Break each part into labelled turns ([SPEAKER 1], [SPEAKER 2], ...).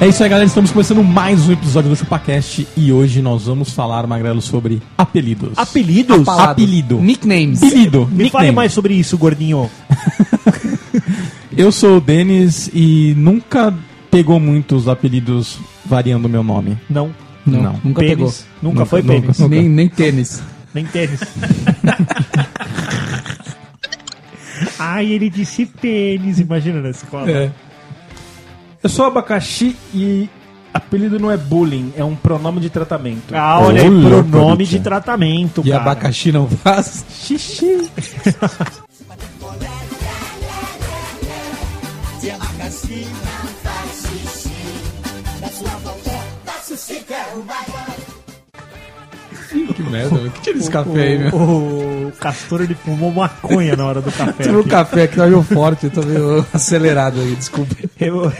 [SPEAKER 1] É isso aí, galera. Estamos começando mais um episódio do ChupaCast e hoje nós vamos falar, Magrelo, sobre apelidos.
[SPEAKER 2] Apelidos?
[SPEAKER 1] Apalado. Apelido.
[SPEAKER 2] Nicknames.
[SPEAKER 1] Apelido.
[SPEAKER 2] Me fale mais sobre isso, gordinho.
[SPEAKER 1] Eu sou o Denis e nunca pegou muitos apelidos variando o meu nome.
[SPEAKER 2] Não.
[SPEAKER 1] Não,
[SPEAKER 3] nunca pegou.
[SPEAKER 2] Pênis. Nunca,
[SPEAKER 1] Nunca,
[SPEAKER 2] foi
[SPEAKER 1] nunca.
[SPEAKER 2] pênis.
[SPEAKER 3] Nem, nem tênis.
[SPEAKER 2] Nem tênis. Ai, ele disse pênis, imagina na escola.
[SPEAKER 1] É.
[SPEAKER 4] É. Eu sou abacaxi e apelido não é bullying, é um pronome de tratamento. É um
[SPEAKER 2] Ah, olha aí,
[SPEAKER 1] Ô, louco,
[SPEAKER 2] pronome
[SPEAKER 1] bicho.
[SPEAKER 2] de tratamento,
[SPEAKER 3] E
[SPEAKER 2] cara.
[SPEAKER 3] abacaxi não faz?
[SPEAKER 1] Xixi.
[SPEAKER 3] Que merda, né? velho. que tira esse café aí, meu?
[SPEAKER 2] O, o Castor, ele fumou maconha na hora do café.
[SPEAKER 3] Tira o
[SPEAKER 2] aqui.
[SPEAKER 3] café aqui, tá meio forte, tá meio acelerado aí, desculpa.
[SPEAKER 2] Eu,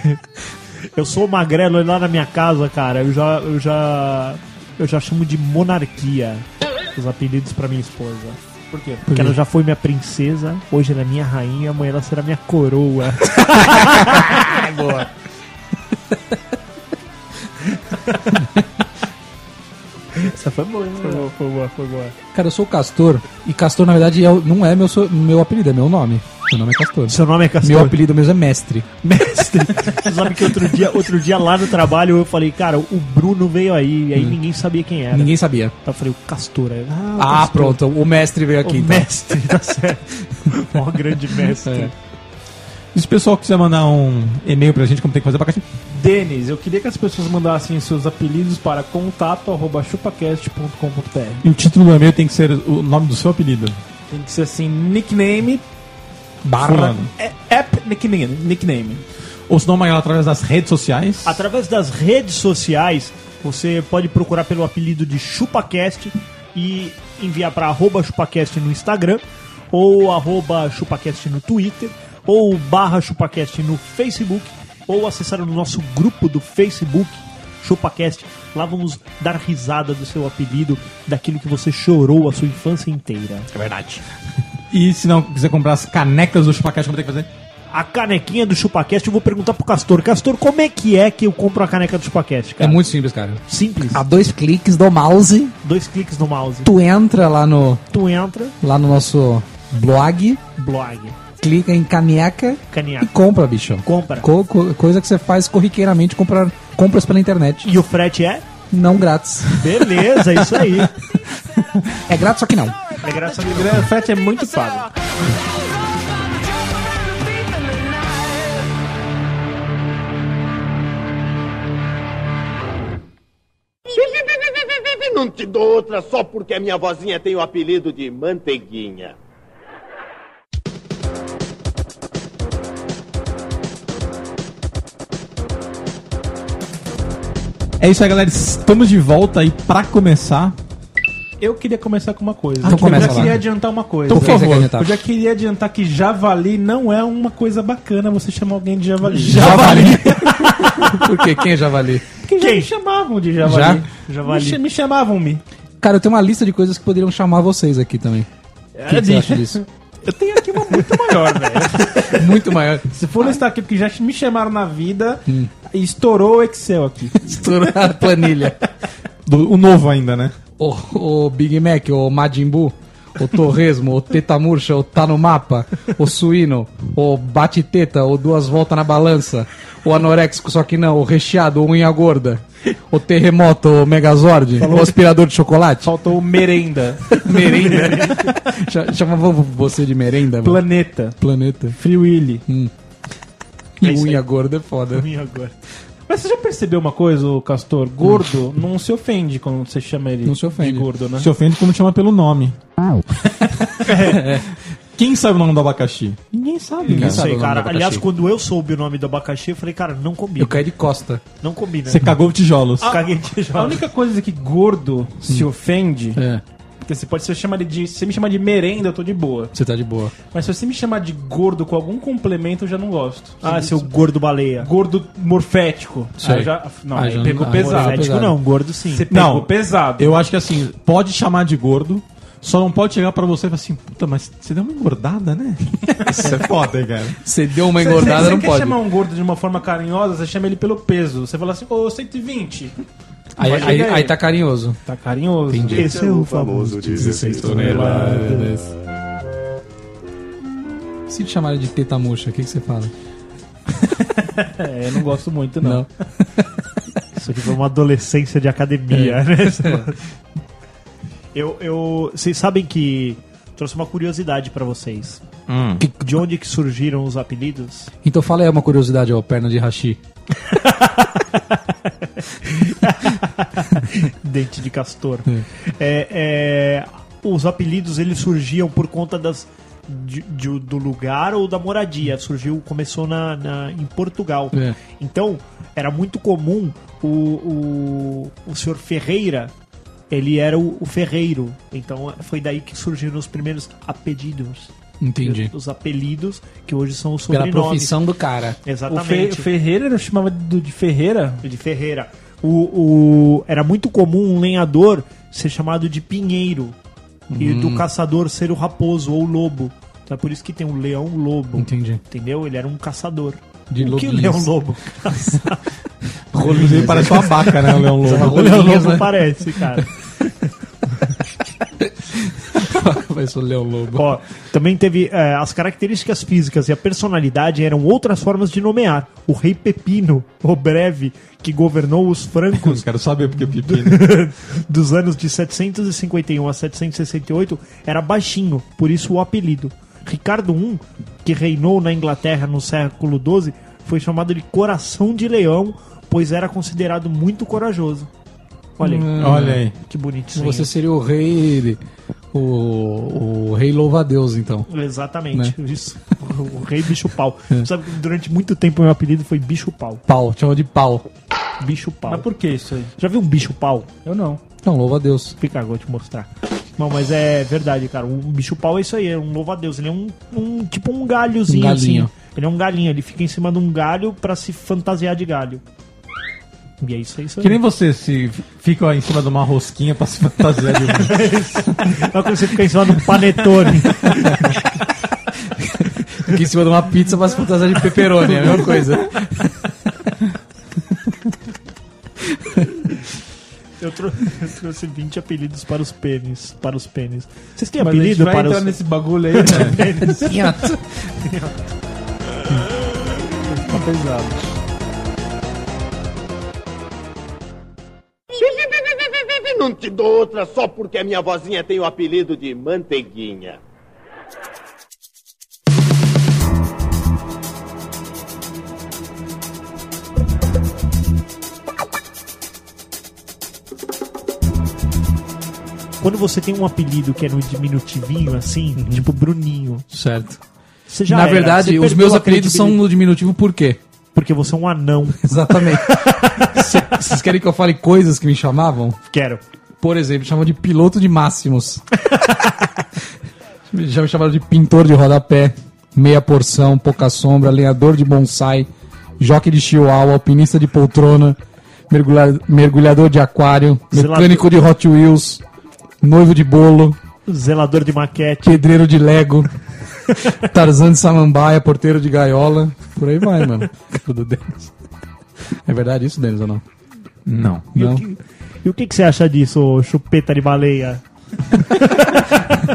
[SPEAKER 2] eu sou magrelo e lá na minha casa, cara, eu já, eu já, eu já chamo de monarquia os apelidos pra minha esposa. Por quê? Porque ela já foi minha princesa, hoje ela é minha rainha, amanhã ela será minha coroa. Boa. Essa foi boa, hein? Foi boa, foi boa, foi boa.
[SPEAKER 3] Cara, eu sou o Castor, e Castor, na verdade, é o- não é meu, so- meu apelido, é meu nome. Meu nome é Castor.
[SPEAKER 2] Seu nome é Castor?
[SPEAKER 3] Meu apelido mesmo é Mestre.
[SPEAKER 2] Mestre, você sabe que outro dia, outro dia lá no trabalho eu falei, cara, o Bruno veio aí, e aí ninguém sabia quem era.
[SPEAKER 3] Hum. Ninguém sabia.
[SPEAKER 2] Então eu falei, o Castor. Aí eu,
[SPEAKER 3] Ah,
[SPEAKER 2] Castor,
[SPEAKER 3] pronto, o Mestre veio
[SPEAKER 2] O
[SPEAKER 3] aqui. então.
[SPEAKER 2] mestre, tá certo. Mó grande mestre.
[SPEAKER 3] É.
[SPEAKER 1] E se o pessoal quiser mandar um e-mail pra gente, como tem que fazer abacaxi?
[SPEAKER 4] Denis, eu queria que as pessoas mandassem seus apelidos para contato.chupacast.com.br.
[SPEAKER 1] E o título do e-mail tem que ser o nome do seu apelido.
[SPEAKER 4] Tem que ser assim, nickname.
[SPEAKER 1] Barra.
[SPEAKER 4] É, app nickname. nickname.
[SPEAKER 1] Ou se não, Magrelo, através das redes sociais.
[SPEAKER 2] Através das redes sociais, você pode procurar pelo apelido de ChupaCast e enviar para arroba ChupaCast no Instagram, ou arroba ChupaCast no Twitter, ou barra ChupaCast no Facebook, ou acessar o nosso grupo do Facebook, ChupaCast. Lá vamos dar risada do seu apelido, daquilo que você chorou a sua infância inteira.
[SPEAKER 1] É verdade. E se não quiser comprar as canecas do Chupacast, como tem que fazer?
[SPEAKER 2] A canequinha do ChupaCast, eu vou perguntar pro Castor. Castor, como é que é que eu compro a caneca do ChupaCast,
[SPEAKER 3] É
[SPEAKER 2] cara?
[SPEAKER 3] muito simples, cara.
[SPEAKER 2] simples.
[SPEAKER 3] A dois cliques do mouse,
[SPEAKER 2] Dois cliques no mouse.
[SPEAKER 3] tu entra lá no,
[SPEAKER 2] Tu entra,
[SPEAKER 3] lá no nosso blog,
[SPEAKER 2] blog,
[SPEAKER 3] clica em caneca e
[SPEAKER 2] caneca,
[SPEAKER 3] compra, bicho.
[SPEAKER 2] compra.
[SPEAKER 3] Co- co- coisa que você faz corriqueiramente comprar compras pela internet.
[SPEAKER 2] E o frete é?
[SPEAKER 3] Não grátis.
[SPEAKER 2] Beleza, isso aí.
[SPEAKER 3] É grátis, só que não.
[SPEAKER 2] É graça a Deus.
[SPEAKER 4] O frete é muito pago.
[SPEAKER 5] Não te dou outra só porque a minha vozinha tem o apelido de Manteiguinha.
[SPEAKER 1] É isso aí, galera. Estamos de volta aí pra começar.
[SPEAKER 4] Eu queria começar com uma coisa.
[SPEAKER 3] Então começa
[SPEAKER 4] eu já
[SPEAKER 3] lá.
[SPEAKER 4] queria adiantar uma coisa.
[SPEAKER 1] Então,
[SPEAKER 3] Por que você
[SPEAKER 1] favor,
[SPEAKER 3] quer adiantar?
[SPEAKER 4] Eu já queria adiantar que javali não é uma coisa bacana você chamar alguém de javali.
[SPEAKER 3] Javali. Por quê? Quem é javali?
[SPEAKER 4] Porque já
[SPEAKER 2] Quem?
[SPEAKER 4] me chamavam de javali. Me,
[SPEAKER 2] Javali.
[SPEAKER 4] cha- me chamavam me.
[SPEAKER 3] Cara, eu tenho uma lista de coisas que poderiam chamar vocês aqui também. O que, que você acha disso?
[SPEAKER 4] Eu tenho aqui uma muito maior, velho.
[SPEAKER 3] Muito maior.
[SPEAKER 4] Se for listar aqui, porque já me chamaram na vida
[SPEAKER 3] Hum.
[SPEAKER 4] e estourou o Excel aqui.
[SPEAKER 3] Estourar a planilha.
[SPEAKER 1] Do- o novo ainda, né?
[SPEAKER 3] O, o Big Mac, o Majin Buu, o Torresmo, o Teta Murcha, o Tá no Mapa, o Suíno, o Bate-Teta, o Duas Voltas na Balança, o Anoréxico, só que não, o Recheado, o Unha Gorda, o Terremoto, o Megazord, o Aspirador de Chocolate,
[SPEAKER 4] Faltou o merenda,
[SPEAKER 3] Merenda. Cha- Chamavam você de Merenda? mano?
[SPEAKER 4] planeta,
[SPEAKER 3] Planeta. Hum.
[SPEAKER 4] Free Willy.
[SPEAKER 3] E
[SPEAKER 2] isso aí.
[SPEAKER 3] Unha Gorda é foda.
[SPEAKER 2] Ruim agora.
[SPEAKER 4] Mas você já percebeu uma coisa, ô Castor? Gordo não se ofende quando você chama ele
[SPEAKER 3] Não se ofende.
[SPEAKER 4] de gordo, né?
[SPEAKER 1] Se ofende quando chama pelo nome. Quem sabe o nome do abacaxi? Ninguém sabe,
[SPEAKER 3] Ninguém
[SPEAKER 1] cara.
[SPEAKER 2] Isso
[SPEAKER 3] sabe o
[SPEAKER 2] aí,
[SPEAKER 3] nome do
[SPEAKER 2] cara.
[SPEAKER 3] abacaxi.
[SPEAKER 2] Aliás, quando eu soube o nome do abacaxi, eu falei, cara, não combina.
[SPEAKER 3] Eu caí de costa.
[SPEAKER 2] Não combina.
[SPEAKER 1] Você cagou tijolos.
[SPEAKER 2] Caguei de
[SPEAKER 4] né? Ah, A
[SPEAKER 2] jogo.
[SPEAKER 4] única coisa que gordo se ofende,
[SPEAKER 3] É,
[SPEAKER 4] porque você pode se eu chamar ele de. Se você me chamar de merenda, eu tô de boa.
[SPEAKER 3] você tá de boa.
[SPEAKER 4] Mas se você me chamar de gordo com algum complemento, eu já não gosto.
[SPEAKER 2] Ah, seu gordo baleia.
[SPEAKER 4] gordo morfético.
[SPEAKER 3] Sei.
[SPEAKER 4] Ah, eu já, não,
[SPEAKER 3] Ah,
[SPEAKER 4] aí
[SPEAKER 3] já-
[SPEAKER 4] pegou
[SPEAKER 3] ah,
[SPEAKER 4] pesado.
[SPEAKER 3] morfético.
[SPEAKER 2] Atlético é não, gordo sim.
[SPEAKER 4] Você é pegou
[SPEAKER 1] Não.
[SPEAKER 4] pesado.
[SPEAKER 1] Eu acho que assim, pode chamar de gordo, só não pode chegar pra você e falar assim, puta, mas você deu uma engordada, né? Isso é foda, hein, cara.
[SPEAKER 3] Você deu uma
[SPEAKER 4] Você-
[SPEAKER 3] engordada,
[SPEAKER 4] você
[SPEAKER 3] não
[SPEAKER 4] quer
[SPEAKER 3] pode.
[SPEAKER 4] chamar um gordo de uma forma carinhosa, você chama ele pelo peso. Você fala assim, ô, 120.
[SPEAKER 3] Aí,
[SPEAKER 4] Pode
[SPEAKER 3] aí-
[SPEAKER 4] chegar
[SPEAKER 3] aí
[SPEAKER 4] aí.
[SPEAKER 3] tá carinhoso.
[SPEAKER 4] Tá carinhoso.
[SPEAKER 2] Esse é o famoso.
[SPEAKER 6] 16 toneladas.
[SPEAKER 3] Se te chamarem de teta murcha, o que, que você fala?
[SPEAKER 4] É, eu não gosto muito, não.
[SPEAKER 2] Isso aqui foi uma adolescência de academia,
[SPEAKER 1] É.
[SPEAKER 2] né? Eu, eu, vocês sabem que trouxe uma curiosidade pra vocês.
[SPEAKER 1] Hum.
[SPEAKER 2] De onde que surgiram os apelidos?
[SPEAKER 3] Então fala aí uma curiosidade, ó, perna de rachi.
[SPEAKER 2] Dente de castor. É, é, os apelidos eles surgiam por conta das de- de- do lugar ou da moradia. Surgiu, começou na, na- em Portugal.
[SPEAKER 3] É.
[SPEAKER 2] Então era muito comum o, o, o senhor Ferreira. Ele era o, o ferreiro. Então foi daí que surgiram os primeiros apelidos.
[SPEAKER 3] Entendi.
[SPEAKER 2] Os apelidos que hoje são os
[SPEAKER 3] Pela
[SPEAKER 2] sobrenomes.
[SPEAKER 3] profissão do cara.
[SPEAKER 4] O Fe-
[SPEAKER 2] Exatamente.
[SPEAKER 4] Ferreira, eu chamava do- de Ferreira.
[SPEAKER 2] de Ferreira. O, o- era muito comum um lenhador ser chamado de Pinheiro
[SPEAKER 3] Hum.
[SPEAKER 2] e do caçador ser o raposo ou o lobo. Então é por isso que tem o leão lobo.
[SPEAKER 3] Entendi.
[SPEAKER 2] Entendeu? Ele era um caçador.
[SPEAKER 3] De
[SPEAKER 2] o que o
[SPEAKER 3] lobinhos.
[SPEAKER 2] leão lobo?
[SPEAKER 1] Inclusive parece uma abaca, né, o Leão Lobo?
[SPEAKER 2] O leão
[SPEAKER 3] Rolinhas,
[SPEAKER 2] lobo
[SPEAKER 3] né?
[SPEAKER 2] parece, cara.
[SPEAKER 3] Vai ser o Leão Lobo.
[SPEAKER 2] Ó, também teve eh, as características físicas e a personalidade eram outras formas de nomear. O rei Pepino, o breve, que governou os francos
[SPEAKER 1] Quero saber porque pepino.
[SPEAKER 2] dos anos de 751 a 768 era baixinho, por isso o apelido. Ricardo I, que reinou na Inglaterra no século XII, foi chamado de Coração de Leão, pois era considerado muito corajoso. Olha aí,
[SPEAKER 4] Hum.
[SPEAKER 1] Olha aí.
[SPEAKER 2] que bonito isso aí.
[SPEAKER 3] Você seria o rei. O, o rei louva-a-Deus, então.
[SPEAKER 2] Exatamente,
[SPEAKER 4] Né?
[SPEAKER 2] isso. O rei bicho pau.
[SPEAKER 4] É.
[SPEAKER 2] Sabe que durante muito tempo meu apelido foi bicho pau.
[SPEAKER 3] Pau, chama de pau.
[SPEAKER 2] Bicho pau.
[SPEAKER 4] Mas por que isso aí?
[SPEAKER 2] Já viu um bicho pau?
[SPEAKER 4] Eu não.
[SPEAKER 3] Não, louva-a-Deus.
[SPEAKER 2] Fica, vou te mostrar. Não, mas é verdade, cara. O bicho pau é isso aí, é um louvo a Deus. Ele é um, um- tipo um galhozinho
[SPEAKER 3] Um galinho.
[SPEAKER 2] assim. Ele é um galinho, ele fica em cima de um galho pra se fantasiar de galho. E é isso aí, isso aí.
[SPEAKER 1] Que nem você se fica ó, em cima de uma rosquinha pra se fantasiar de um.
[SPEAKER 2] É quando você fica em cima de um panetone.
[SPEAKER 3] Fica em cima de uma pizza pra se fantasiar de peperoni, é a mesma coisa.
[SPEAKER 2] Eu, trou- eu trouxe 20 apelidos para os pênis. Para os pênis. Vocês têm
[SPEAKER 4] Mas a gente
[SPEAKER 2] apelido
[SPEAKER 4] vai
[SPEAKER 2] para
[SPEAKER 4] entrar
[SPEAKER 2] os
[SPEAKER 4] nesse bagulho aí, né?
[SPEAKER 2] pênis?
[SPEAKER 4] tá pesado.
[SPEAKER 5] Não te dou outra só porque a minha vozinha tem o apelido de Manteiguinha.
[SPEAKER 2] Quando você tem um apelido que é no diminutivinho, assim, tipo Bruninho,
[SPEAKER 3] Certo.
[SPEAKER 2] você já
[SPEAKER 3] Uhum. Na
[SPEAKER 2] era,
[SPEAKER 3] verdade,
[SPEAKER 2] você
[SPEAKER 3] os
[SPEAKER 2] perdeu
[SPEAKER 3] meus
[SPEAKER 2] a
[SPEAKER 3] apelidos são
[SPEAKER 2] credibilidade.
[SPEAKER 3] no diminutivo por quê?
[SPEAKER 2] Porque você é um anão.
[SPEAKER 3] Exatamente. Cê- Vocês querem que eu fale coisas que me chamavam?
[SPEAKER 2] Quero.
[SPEAKER 3] Por exemplo, chamam de piloto de máximos. Já me chamaram de pintor de rodapé, meia porção, pouca sombra, lenhador de bonsai, joque de chihuahua, alpinista de poltrona, mergulha- mergulhador de aquário,
[SPEAKER 2] Zelador.
[SPEAKER 3] mecânico de Hot Wheels, noivo de bolo,
[SPEAKER 2] Zelador de maquete.
[SPEAKER 3] pedreiro de Lego, Tarzan de Samambaia, porteiro de gaiola. Por aí vai, mano. Tudo Denis. É verdade isso, Denis, ou não?
[SPEAKER 1] Não.
[SPEAKER 3] Não.
[SPEAKER 2] E o que, que você acha disso, ô chupeta de baleia?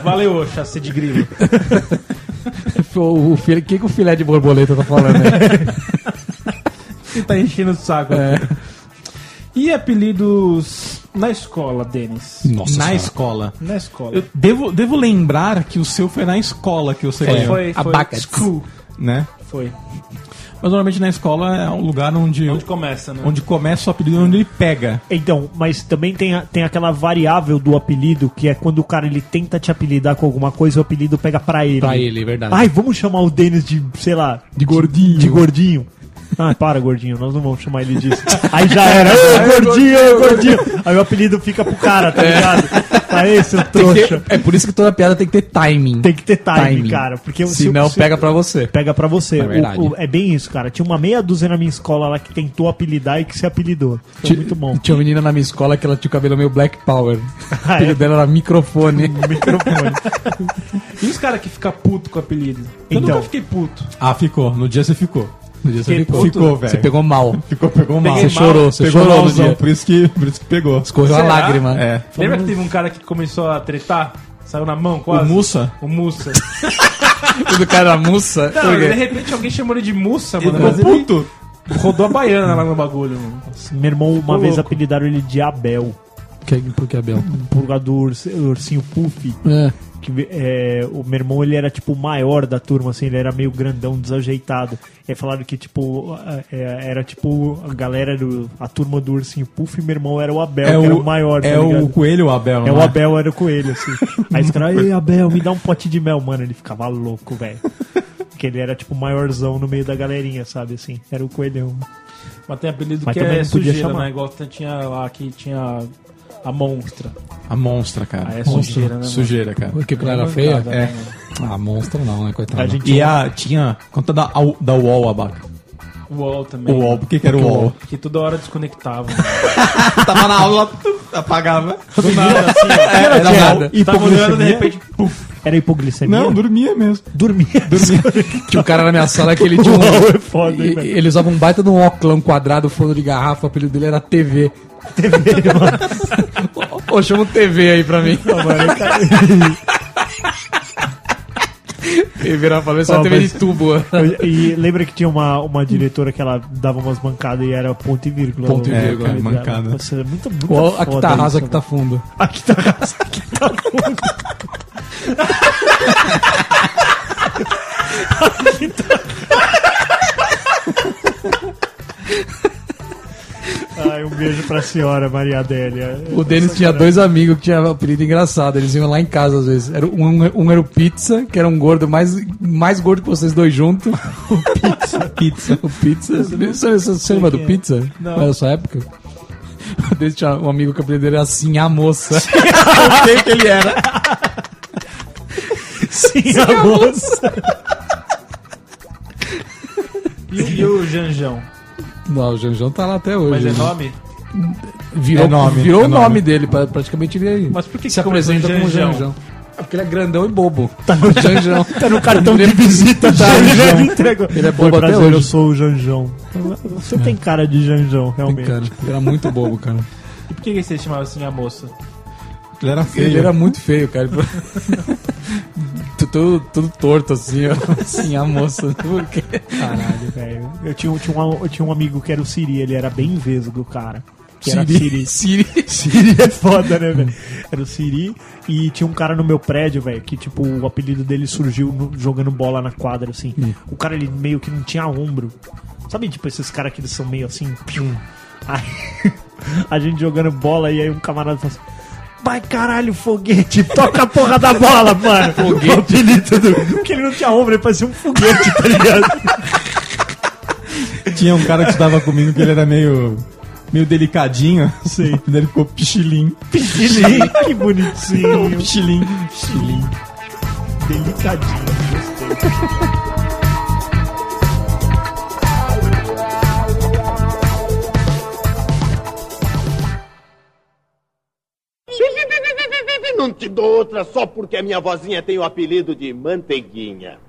[SPEAKER 4] Valeu, chassi de grilo.
[SPEAKER 3] O, o, filé- o que, que o filé de borboleta tá falando aí?
[SPEAKER 4] Você tá enchendo o saco.
[SPEAKER 3] É.
[SPEAKER 4] E apelidos na escola, Denis?
[SPEAKER 3] Nossa
[SPEAKER 1] na
[SPEAKER 3] senhora.
[SPEAKER 1] escola.
[SPEAKER 4] Na escola.
[SPEAKER 1] Eu devo, devo É, lembrar que o seu foi na escola que você ganhou,
[SPEAKER 4] Foi, foi.
[SPEAKER 3] Abacate.
[SPEAKER 4] School.
[SPEAKER 1] né?
[SPEAKER 4] Foi.
[SPEAKER 1] Mas normalmente na escola é um lugar onde,
[SPEAKER 4] Onde
[SPEAKER 1] onde,
[SPEAKER 4] começa, né?
[SPEAKER 1] começa o apelido e onde ele pega.
[SPEAKER 2] Então, mas também tem, a- tem aquela variável do apelido, que é quando o cara ele tenta te apelidar com alguma coisa, o apelido pega pra ele.
[SPEAKER 3] Pra ele, é verdade.
[SPEAKER 2] Ai, vamos chamar o Denis de, sei lá,
[SPEAKER 3] de gordinho.
[SPEAKER 2] de gordinho. Ah, para, gordinho, nós não vamos chamar ele disso. Aí já era,
[SPEAKER 3] É.
[SPEAKER 2] ô gordinho, ô gordinho. Aí o apelido fica pro cara, tá ligado? Aí, seu
[SPEAKER 3] Tem que
[SPEAKER 2] trouxa.
[SPEAKER 3] ter- é por isso que toda piada tem que ter timing.
[SPEAKER 2] Tem que ter time,
[SPEAKER 3] Timing.
[SPEAKER 2] cara. Porque o-
[SPEAKER 3] Se não,
[SPEAKER 2] o-
[SPEAKER 3] pega pra você.
[SPEAKER 2] pega pra você.
[SPEAKER 3] É verdade.
[SPEAKER 2] O- o- é bem isso, cara. Tinha uma meia dúzia na minha escola lá que tentou apelidar e que se apelidou. Foi muito bom.
[SPEAKER 3] Tinha uma menina na minha escola que ela tinha o cabelo meio Black Power. O
[SPEAKER 2] Ah,
[SPEAKER 3] apelido
[SPEAKER 2] é?
[SPEAKER 3] dela era microfone.
[SPEAKER 2] Microfone.
[SPEAKER 4] E os caras é que ficam puto com o apelido? Eu
[SPEAKER 2] Então.
[SPEAKER 4] nunca fiquei puto.
[SPEAKER 1] Ah, ficou. No dia você ficou.
[SPEAKER 3] No dia você
[SPEAKER 4] Que
[SPEAKER 3] ficou.
[SPEAKER 1] puto,
[SPEAKER 3] Você
[SPEAKER 1] velho.
[SPEAKER 3] pegou mal.
[SPEAKER 1] Ficou, pegou mal.
[SPEAKER 3] Você chorou, você
[SPEAKER 1] pegou
[SPEAKER 3] chorou no
[SPEAKER 1] malzão,
[SPEAKER 3] dia.
[SPEAKER 1] por isso que, por isso que pegou.
[SPEAKER 3] Escorreu a
[SPEAKER 4] Será?
[SPEAKER 3] lágrima.
[SPEAKER 1] É.
[SPEAKER 4] Lembra que teve um cara que começou a tretar? Saiu na mão
[SPEAKER 1] O
[SPEAKER 4] quase?
[SPEAKER 1] Mussa?
[SPEAKER 4] O Mussa.
[SPEAKER 3] E do cara da mussa.
[SPEAKER 4] Não,
[SPEAKER 3] por quê?
[SPEAKER 4] de repente alguém chamou ele de Mussa,
[SPEAKER 1] Ele
[SPEAKER 4] mano.
[SPEAKER 1] ficou
[SPEAKER 4] mas ele
[SPEAKER 1] puto.
[SPEAKER 4] rodou a baiana lá no bagulho, mano.
[SPEAKER 2] Meu irmão, uma
[SPEAKER 4] Ô,
[SPEAKER 2] vez
[SPEAKER 4] louco.
[SPEAKER 2] apelidaram ele de Abel,
[SPEAKER 3] Que- Por que, Abel?
[SPEAKER 2] por causa do urs- ursinho Puff.
[SPEAKER 3] É.
[SPEAKER 2] Que, é, o meu irmão, ele era, tipo, o maior da turma, assim, ele era meio grandão, desajeitado. E aí falaram que, tipo, a- é, era, tipo, a galera, do, a turma do ursinho Puff e meu irmão era o Abel, que era o maior, tá
[SPEAKER 1] é o
[SPEAKER 2] ligado?
[SPEAKER 1] coelho ou o Abel?
[SPEAKER 2] É
[SPEAKER 1] não
[SPEAKER 2] o Abel, era o coelho, assim. Aí os caras, ei, Abel, me dá um pote de mel, mano. Ele ficava louco, velho. Porque ele era, tipo, maiorzão no meio da galerinha, sabe, assim. Era o coelhão.
[SPEAKER 4] Mas tem apelido
[SPEAKER 2] Mas
[SPEAKER 4] que
[SPEAKER 2] também
[SPEAKER 4] é
[SPEAKER 2] não podia
[SPEAKER 4] sujeira,
[SPEAKER 2] chamar.
[SPEAKER 4] né? Igual t- tinha lá que tinha a monstra.
[SPEAKER 1] A monstra, cara.
[SPEAKER 4] Ah, é sujeira, né, mano?
[SPEAKER 1] Sujeira, cara.
[SPEAKER 3] Por que ela era feia?
[SPEAKER 4] Mancada,
[SPEAKER 1] É.
[SPEAKER 4] né, mano?
[SPEAKER 3] Ah, monstro não, né, coitado.
[SPEAKER 2] A gente
[SPEAKER 1] E a, tinha. Conta da, da UOL, Abaca.
[SPEAKER 4] O UOL também.
[SPEAKER 1] O UOL, por que, que era o UOL?
[SPEAKER 4] Que toda hora desconectava.
[SPEAKER 1] Tava na aula, apagava.
[SPEAKER 4] Do nada, assim, ó.
[SPEAKER 3] É, Era nada.
[SPEAKER 4] E tava olhando, de repente, puf,
[SPEAKER 2] Era hipoglicemia?
[SPEAKER 1] Não, dormia mesmo.
[SPEAKER 2] dormia.
[SPEAKER 3] Tinha um cara na minha sala que ele tinha
[SPEAKER 2] Uau, é
[SPEAKER 3] um.
[SPEAKER 2] foda, hein,
[SPEAKER 3] e-
[SPEAKER 2] velho?
[SPEAKER 3] ele usava um baita de um óculos quadrado, fundo de garrafa, o apelido dele era TV.
[SPEAKER 2] TV, mano.
[SPEAKER 3] Ô, ô, chama um TV aí pra mim.
[SPEAKER 2] Não, mano, tá o cara-
[SPEAKER 3] E virar pra ver se é
[SPEAKER 2] Ó,
[SPEAKER 3] uma TV
[SPEAKER 2] mas-
[SPEAKER 3] de tubo.
[SPEAKER 2] E lembra que tinha uma, uma diretora que ela dava umas bancadas e era ponto e vírgula.
[SPEAKER 3] Ponto e
[SPEAKER 2] É,
[SPEAKER 3] vírgula,
[SPEAKER 2] cara,
[SPEAKER 1] bancada.
[SPEAKER 2] Nossa, é muito, muito
[SPEAKER 3] Ó, a que
[SPEAKER 2] foda
[SPEAKER 3] tá rasa, a
[SPEAKER 2] isso,
[SPEAKER 3] que tá fundo.
[SPEAKER 2] mano. Aqui tá rasa, aqui tá fundo. Aqui tá- Ai, um beijo pra senhora, Maria Adélia.
[SPEAKER 3] O Denis tinha dois amigos que tinham apelido engraçado. Eles iam lá em casa às vezes. Era um, um era o Pizza, que era um gordo mais, mais gordo que vocês dois juntos.
[SPEAKER 1] Pizza.
[SPEAKER 3] O Pizza. Você, você- você lembra do Pizza? Não. Era sua época? O Denis tinha um amigo que o apelido dele era assim, a moça.
[SPEAKER 1] Quem que ele era?
[SPEAKER 2] Sim, a moça.
[SPEAKER 4] e, o- e o Janjão?
[SPEAKER 3] Não, o Janjão tá lá até
[SPEAKER 4] Mas
[SPEAKER 3] hoje.
[SPEAKER 4] é nome?
[SPEAKER 3] Virou,
[SPEAKER 1] É nome,
[SPEAKER 3] virou
[SPEAKER 1] é
[SPEAKER 3] o
[SPEAKER 1] nome.
[SPEAKER 3] nome dele, pra- praticamente ele aí.
[SPEAKER 4] Mas por que
[SPEAKER 3] se
[SPEAKER 4] que começou
[SPEAKER 3] apresenta
[SPEAKER 4] em
[SPEAKER 3] como
[SPEAKER 4] Janjão?
[SPEAKER 3] Janjão? É porque ele é grandão e bobo. Tá no Janjão. é
[SPEAKER 2] Tá no cartão de visita da
[SPEAKER 3] Janjão.
[SPEAKER 2] entregou.
[SPEAKER 3] Ele é
[SPEAKER 2] Foi
[SPEAKER 3] bobo até
[SPEAKER 2] prazer,
[SPEAKER 3] hoje. É.
[SPEAKER 2] eu sou o Janjão. Você tem cara de Janjão, realmente.
[SPEAKER 3] Cara, ele era muito bobo, cara.
[SPEAKER 4] E por que que você chamava assim a moça?
[SPEAKER 1] Ele era feio.
[SPEAKER 3] Ele é era muito feio, cara. tudo, tudo torto, assim, ó. Assim, a moça. Por quê?
[SPEAKER 2] Caralho, velho. Eu tinha, eu, tinha um, eu tinha um amigo que era o Siri, ele era bem vesgo, cara. Que era Siri.
[SPEAKER 3] Siri.
[SPEAKER 2] Siri é foda, né, velho? Era o Siri. E tinha um cara no meu prédio, velho, que, tipo, o apelido dele surgiu no- jogando bola na quadra, assim. O cara, ele meio que não tinha ombro. Sabe, tipo, esses caras que eles são meio assim. pium. Aí, a gente jogando bola e aí um camarada fala assim. Vai caralho, foguete, toca a porra da bola, mano. Foguete. O apelido do... Porque ele não tinha ombro, ele parecia um foguete, tá ligado?
[SPEAKER 1] Tinha um cara que estudava comigo que ele era meio. meio delicadinho. assim.
[SPEAKER 2] Sei.
[SPEAKER 1] O Ele ficou pichilim.
[SPEAKER 2] Pichilim, né? que bonitinho.
[SPEAKER 1] Pichilim.
[SPEAKER 2] Pichilim. Delicadinho, gostei.
[SPEAKER 5] Não te dou outra só porque a minha vozinha tem o apelido de Manteiguinha.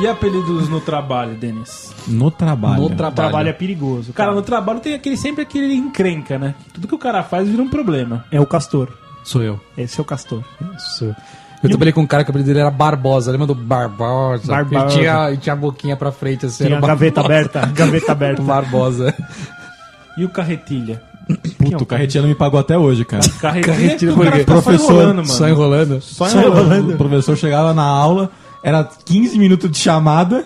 [SPEAKER 4] E apelidos no trabalho, Denis?
[SPEAKER 1] No trabalho.
[SPEAKER 3] No
[SPEAKER 2] Trabalho é
[SPEAKER 3] trabalho.
[SPEAKER 2] perigoso.
[SPEAKER 4] Cara, no trabalho tem aquele, sempre aquele encrenca, né? Tudo que o cara faz vira um problema.
[SPEAKER 2] É o castor.
[SPEAKER 3] Sou eu.
[SPEAKER 2] Esse é o Castor.
[SPEAKER 3] Sou eu. Eu trabalhei com um cara que o apelido dele era Barbosa, lembra do Barbosa?
[SPEAKER 2] Barbosa.
[SPEAKER 3] E tinha, e tinha a boquinha pra frente, assim.
[SPEAKER 2] Tem
[SPEAKER 3] era
[SPEAKER 2] a
[SPEAKER 3] o Barbosa.
[SPEAKER 2] gaveta aberta. Gaveta aberta.
[SPEAKER 3] O Barbosa.
[SPEAKER 4] E o Carretilha?
[SPEAKER 1] Puto, o carretinha não me pagou até hoje, cara.
[SPEAKER 3] Tá
[SPEAKER 4] Carretilha,
[SPEAKER 3] Carretilha
[SPEAKER 4] é que o cara
[SPEAKER 3] porque-
[SPEAKER 4] fica só
[SPEAKER 1] Professor,
[SPEAKER 4] enrolando, mano.
[SPEAKER 3] Só enrolando.
[SPEAKER 1] Só enrolando. O professor chegava na aula, era 15 minutos de chamada.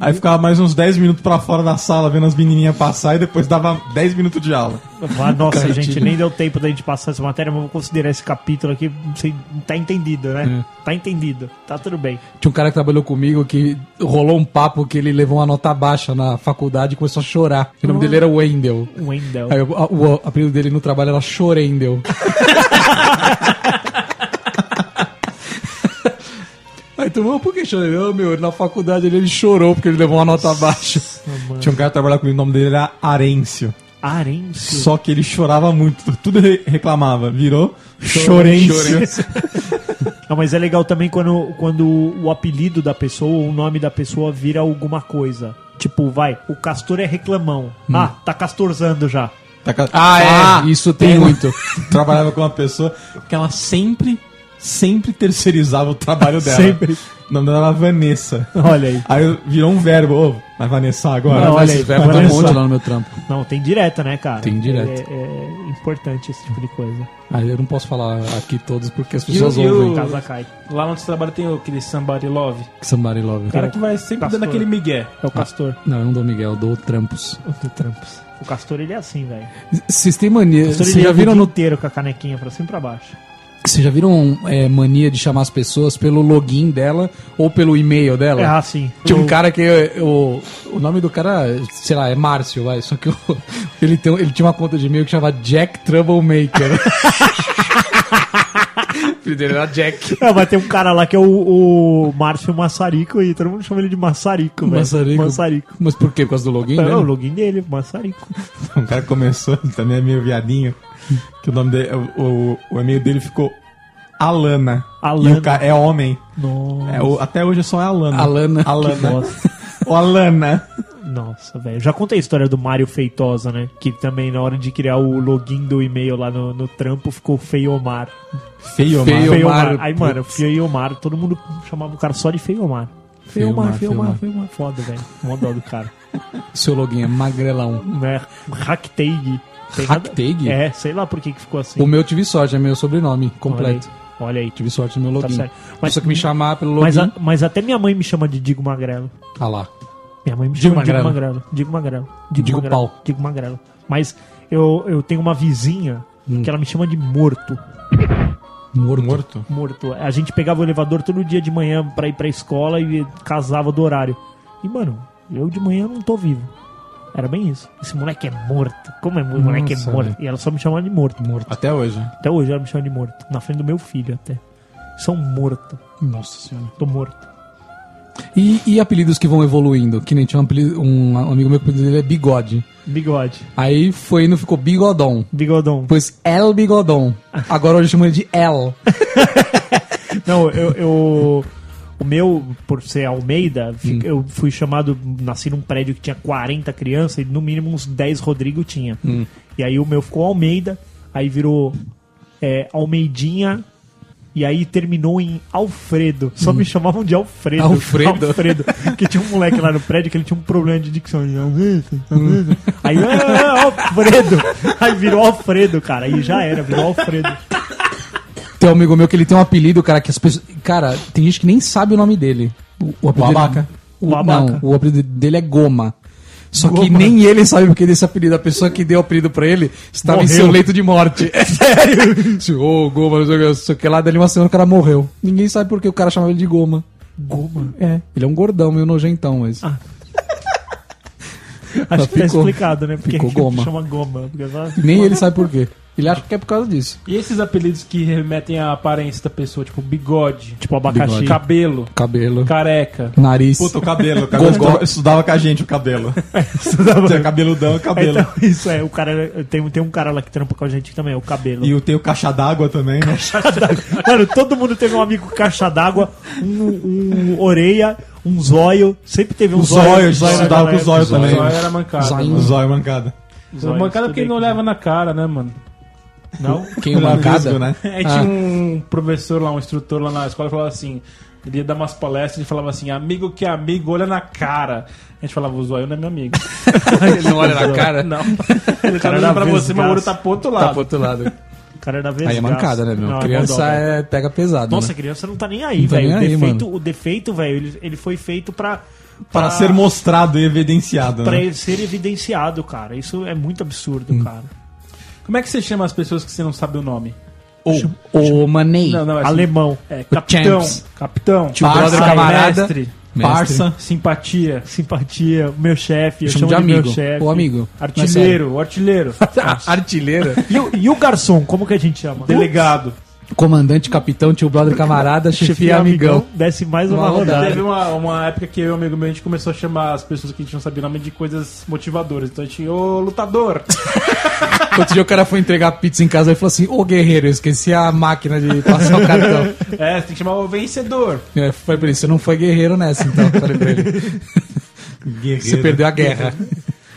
[SPEAKER 1] Aí ficava mais uns 10 minutos pra fora da sala vendo as menininhas passar e depois dava 10 minutos de aula.
[SPEAKER 2] Ah, nossa,
[SPEAKER 3] Cara,
[SPEAKER 2] gente,
[SPEAKER 3] tira.
[SPEAKER 2] nem deu tempo da gente passar essa matéria, mas vou considerar esse capítulo aqui. não sei, Tá entendido, né? Tá entendido. Tá tudo bem.
[SPEAKER 3] Tinha um cara que trabalhou comigo que rolou um papo que ele levou uma nota baixa na faculdade e começou a chorar. O nome dele era Wendel.
[SPEAKER 2] Wendell.
[SPEAKER 3] Aí o, a- o apelido dele no trabalho era Chorendel. Aí tu, "Mas por que chorendeu? "Ah, Meu, na faculdade ele, ele chorou porque ele levou uma nota baixa.
[SPEAKER 1] Tinha um cara que trabalhava comigo, o nome dele era Arêncio.
[SPEAKER 2] Arêncio.
[SPEAKER 1] Só que ele chorava muito, tudo ele reclamava. Virou Chorêncio.
[SPEAKER 2] Não, mas é legal também quando, quando o apelido da pessoa ou o nome da pessoa vira alguma coisa. Tipo, vai, o Castor é reclamão. Ah, tá castorzando já.
[SPEAKER 1] Tá ca-
[SPEAKER 3] Ah, é, isso tem
[SPEAKER 1] uma-
[SPEAKER 3] muito.
[SPEAKER 1] Trabalhava com uma pessoa que ela sempre, sempre terceirizava o trabalho dela.
[SPEAKER 2] Sempre.
[SPEAKER 1] O nome dela era Vanessa.
[SPEAKER 2] Olha aí.
[SPEAKER 1] Aí virou um verbo, ô, vai Vanessa agora?
[SPEAKER 2] Não,
[SPEAKER 3] Mas
[SPEAKER 2] olha aí,
[SPEAKER 3] esse verbo tem um
[SPEAKER 2] Vanessa.
[SPEAKER 3] monte lá no meu trampo.
[SPEAKER 2] Não, tem direta, né, cara?
[SPEAKER 3] Tem direto.
[SPEAKER 2] É, é importante esse tipo de coisa.
[SPEAKER 3] Aí eu não posso falar aqui todos porque as pessoas
[SPEAKER 4] E o- e o-
[SPEAKER 3] ouvem.
[SPEAKER 2] Casa cai.
[SPEAKER 4] Lá onde você trabalha tem o- aquele Somebody Love.
[SPEAKER 3] Que Somebody love.
[SPEAKER 4] O cara que vai sempre
[SPEAKER 2] Castor.
[SPEAKER 4] dando aquele migué.
[SPEAKER 2] É o Castor.
[SPEAKER 3] Não, eu não dou Miguel, eu dou Ah, Trampos.
[SPEAKER 2] Do Trampos. O Castor, ele é assim, velho.
[SPEAKER 3] Vocês têm mania.
[SPEAKER 2] Castor,
[SPEAKER 3] Vocês
[SPEAKER 2] ele
[SPEAKER 3] já
[SPEAKER 2] anda o
[SPEAKER 3] viram
[SPEAKER 2] dia
[SPEAKER 3] no
[SPEAKER 2] inteiro com a canequinha pra cima e pra baixo.
[SPEAKER 3] Vocês já viram é, mania de chamar as pessoas pelo login dela ou pelo e-mail dela?
[SPEAKER 2] É assim.
[SPEAKER 3] Tinha um
[SPEAKER 2] O-
[SPEAKER 3] cara que. é, O, o nome do cara, sei lá, é Márcio, vai. Só que o- ele, tem, um- ele tinha uma conta de e-mail que chamava Jack Troublemaker. O filho dele era Jack.
[SPEAKER 2] É, mas tem um cara lá que é o, o Márcio Massarico e todo mundo chama ele de Massarico, velho.
[SPEAKER 3] Massarico. Ah.
[SPEAKER 2] Massarico.
[SPEAKER 3] Mas por quê? Por causa do login? né?
[SPEAKER 2] É,
[SPEAKER 4] né?
[SPEAKER 3] dela?
[SPEAKER 2] o login dele, Massarico.
[SPEAKER 1] Um cara começou, ele também é meio viadinho, que o nome dele, o, o e-mail dele ficou Alana.
[SPEAKER 2] Alana.
[SPEAKER 1] E o cara é homem.
[SPEAKER 2] Nossa,
[SPEAKER 1] É, o- até hoje só é Alana.
[SPEAKER 3] Alana.
[SPEAKER 1] Alana.
[SPEAKER 2] nossa,
[SPEAKER 1] O Alana.
[SPEAKER 2] nossa, velho. Já contei a história do Mário Feitosa, né? Que também na hora de criar o login do e-mail lá no, no trampo ficou Feiomar.
[SPEAKER 1] Feio, mano.
[SPEAKER 3] Feio.
[SPEAKER 2] Feiomar.
[SPEAKER 3] Feiomar,
[SPEAKER 2] Aí, mano, Feiomar, todo mundo chamava o cara só de Feiomar. Feiomar,
[SPEAKER 3] Feiomar,
[SPEAKER 2] Feiomar, Feiomar. Foda, velho. Mó dó do cara.
[SPEAKER 3] Seu login é magrelão.
[SPEAKER 2] Né? Hacktag. Tem nada-
[SPEAKER 3] Hacktag?
[SPEAKER 2] É, sei lá por que que ficou assim.
[SPEAKER 3] O meu tive sorte, é meu sobrenome completo.
[SPEAKER 2] Olha aí. Olha aí.
[SPEAKER 3] Tive sorte no meu
[SPEAKER 2] Tá
[SPEAKER 3] login.
[SPEAKER 2] certo. Mas-
[SPEAKER 3] Só que me chamar pelo login.
[SPEAKER 2] Mas, a- mas até minha mãe me chama de Digo Magrelo.
[SPEAKER 3] Ah lá.
[SPEAKER 2] Minha mãe me
[SPEAKER 3] Digo
[SPEAKER 2] chama de Digo
[SPEAKER 3] Magrelo.
[SPEAKER 2] Magrelo. Digo Magrelo.
[SPEAKER 3] Digo
[SPEAKER 2] Magrelo,
[SPEAKER 3] pau.
[SPEAKER 2] Digo Magrelo. Mas eu, eu tenho uma vizinha
[SPEAKER 3] Hum.
[SPEAKER 2] que ela me chama de Morto.
[SPEAKER 3] Morto.
[SPEAKER 1] Morto.
[SPEAKER 2] Morto. A gente pegava o elevador todo dia de manhã pra ir pra escola e casava do horário. E, mano, eu de manhã não tô vivo. Era bem isso. Esse moleque é morto. Como é o moleque
[SPEAKER 3] Nossa,
[SPEAKER 2] é morto? E ela só me chamava de morto.
[SPEAKER 1] Até hoje.
[SPEAKER 2] Até hoje ela me chama de morto. Na frente do meu filho até. São morto.
[SPEAKER 3] Nossa senhora.
[SPEAKER 2] Tô morto.
[SPEAKER 3] E, e apelidos que vão evoluindo? Que nem tinha um, apelido- um amigo meu que o apelido dele é Bigode.
[SPEAKER 2] Bigode.
[SPEAKER 3] Aí foi indo, ficou Bigodon.
[SPEAKER 2] Bigodão.
[SPEAKER 3] Depois El Bigodon. Agora hoje chama ele de El.
[SPEAKER 2] Não, eu, eu- O meu, por ser Almeida, fi- eu fui chamado. Nasci num prédio que tinha 40 crianças e no mínimo uns 10 Rodrigo tinha. E aí o meu ficou Almeida, aí virou é, Almeidinha. E aí terminou em Alfredo. Só me chamavam de Alfredo.
[SPEAKER 3] Alfredo?
[SPEAKER 2] Alfredo. Porque tinha um moleque lá no prédio que ele tinha um problema de dicção. Ele, "Alfredo, Alfredo." Aí, "Ah, Alfredo. Aí virou Alfredo, cara. Aí já era, virou Alfredo.
[SPEAKER 3] Tem um amigo meu que ele tem um apelido, cara, que as pessoas. Cara, tem gente que nem sabe o nome dele. O, o apelido
[SPEAKER 1] Babaca.
[SPEAKER 3] O,
[SPEAKER 2] Babaca.
[SPEAKER 3] não, o apelido dele é Goma. Só que nem ele sabe porque desse apelido. A pessoa que deu o apelido pra ele estava em
[SPEAKER 2] Morreu.
[SPEAKER 3] seu leito de morte. É sério? Se, Ô, Goma, não sei o que, não sei o que lá, dali uma semana o cara morreu. Ninguém sabe porque o cara chamava ele de Goma.
[SPEAKER 2] Goma.
[SPEAKER 3] É, ele é um gordão, meio nojentão, mas.
[SPEAKER 2] Acho
[SPEAKER 3] Só
[SPEAKER 2] que tá
[SPEAKER 3] ficou-
[SPEAKER 2] explicado, né? Porque
[SPEAKER 3] ficou goma.
[SPEAKER 2] chama goma. Porque assim. ela-
[SPEAKER 3] Nem ele sabe por quê. Ele acha que é por causa disso.
[SPEAKER 4] E esses apelidos que remetem à aparência da pessoa, tipo bigode,
[SPEAKER 2] Tipo abacaxi.
[SPEAKER 3] Bigode.
[SPEAKER 4] cabelo,
[SPEAKER 3] Cabelo,
[SPEAKER 4] careca.
[SPEAKER 3] nariz.
[SPEAKER 1] Puta, o cabelo. O cabelo estudava, estudava com a gente, o cabelo. Tinha cabeludão e cabelo.
[SPEAKER 2] Então, isso é, o cara. Tem, tem um cara lá que trampa com a gente também, é o cabelo.
[SPEAKER 1] E o- tem o caixa d'água também, né?
[SPEAKER 2] Mano, todo mundo teve um amigo caixa d'água, um, um orelha, um zóio. Sempre teve um
[SPEAKER 1] O zóio, a
[SPEAKER 2] zóio
[SPEAKER 1] gente
[SPEAKER 2] na
[SPEAKER 1] estudava com o
[SPEAKER 2] galera.
[SPEAKER 1] zóio
[SPEAKER 4] Só
[SPEAKER 1] também.
[SPEAKER 4] era mancada.
[SPEAKER 3] Zóio.
[SPEAKER 1] O Um zóio mancada.
[SPEAKER 4] Zóio, mancada porque ele não leva na cara, né, mano? Não?
[SPEAKER 3] Quem mancada? Tá.
[SPEAKER 1] Vesgo, né?
[SPEAKER 4] Aí tinha um professor lá, um instrutor lá na escola, que falava assim: ele ia dar umas palestras e falava assim, amigo que é amigo, olha na cara. A gente falava, o zóio não é meu amigo.
[SPEAKER 3] Ele não olha na cara.
[SPEAKER 4] Não. Ele tá
[SPEAKER 2] Cara
[SPEAKER 4] olhando
[SPEAKER 2] da
[SPEAKER 4] pra
[SPEAKER 2] vesgaça.
[SPEAKER 4] você, mas o olho tá pro outro
[SPEAKER 3] Tá
[SPEAKER 4] lado.
[SPEAKER 3] pro outro lado.
[SPEAKER 2] O cara era vez.
[SPEAKER 3] Aí é mancada, né, meu? criança é, pega pesado.
[SPEAKER 2] Nossa,
[SPEAKER 3] né?
[SPEAKER 2] criança não tá nem aí,
[SPEAKER 3] Não tá
[SPEAKER 2] velho.
[SPEAKER 3] nem
[SPEAKER 2] o
[SPEAKER 3] aí,
[SPEAKER 2] defeito, o defeito, velho, ele, ele foi feito pra.
[SPEAKER 1] Para ser mostrado e evidenciado,
[SPEAKER 2] Pra
[SPEAKER 1] né?
[SPEAKER 2] ele é ser evidenciado, cara. Isso é muito absurdo,
[SPEAKER 3] Hum.
[SPEAKER 2] cara.
[SPEAKER 4] Como é que você chama as pessoas que você não sabe o nome?
[SPEAKER 3] O Manei.
[SPEAKER 4] não, é
[SPEAKER 2] Alemão.
[SPEAKER 4] É, capitão,
[SPEAKER 3] Champs.
[SPEAKER 4] capitão,
[SPEAKER 3] Tio brother,
[SPEAKER 4] parça,
[SPEAKER 3] camarada.
[SPEAKER 4] mestre,
[SPEAKER 3] Mestre.
[SPEAKER 1] Parça.
[SPEAKER 4] simpatia,
[SPEAKER 2] Simpatia, meu chefe, eu, chamo
[SPEAKER 3] Chamo de
[SPEAKER 2] de,
[SPEAKER 3] amigo,
[SPEAKER 2] meu chefe.
[SPEAKER 3] ou amigo. Mas sério. Ah,
[SPEAKER 4] artilheiro, o artilheiro,
[SPEAKER 3] Artilheira.
[SPEAKER 2] é E, o- e o garçom, como que a gente chama?
[SPEAKER 4] delegado.
[SPEAKER 3] Comandante, capitão, tio brother, camarada, chefia, amigão.
[SPEAKER 2] Desce mais uma,
[SPEAKER 3] Uma rodada.
[SPEAKER 2] rodada.
[SPEAKER 4] Teve uma, uma época que eu e um amigo meu, a gente começou a chamar as pessoas que a gente não sabia o nome de coisas motivadoras. Então a gente, ô lutador,
[SPEAKER 3] Outro dia o cara foi entregar pizza em casa e falou assim: Ô guerreiro, eu esqueci a máquina de passar o cartão.
[SPEAKER 4] é, você tem que chamar o vencedor.
[SPEAKER 3] É, Foi pra ele: Você não foi guerreiro nessa, então. Falei pra ele: Você
[SPEAKER 1] Guerreiro.
[SPEAKER 3] perdeu a guerra.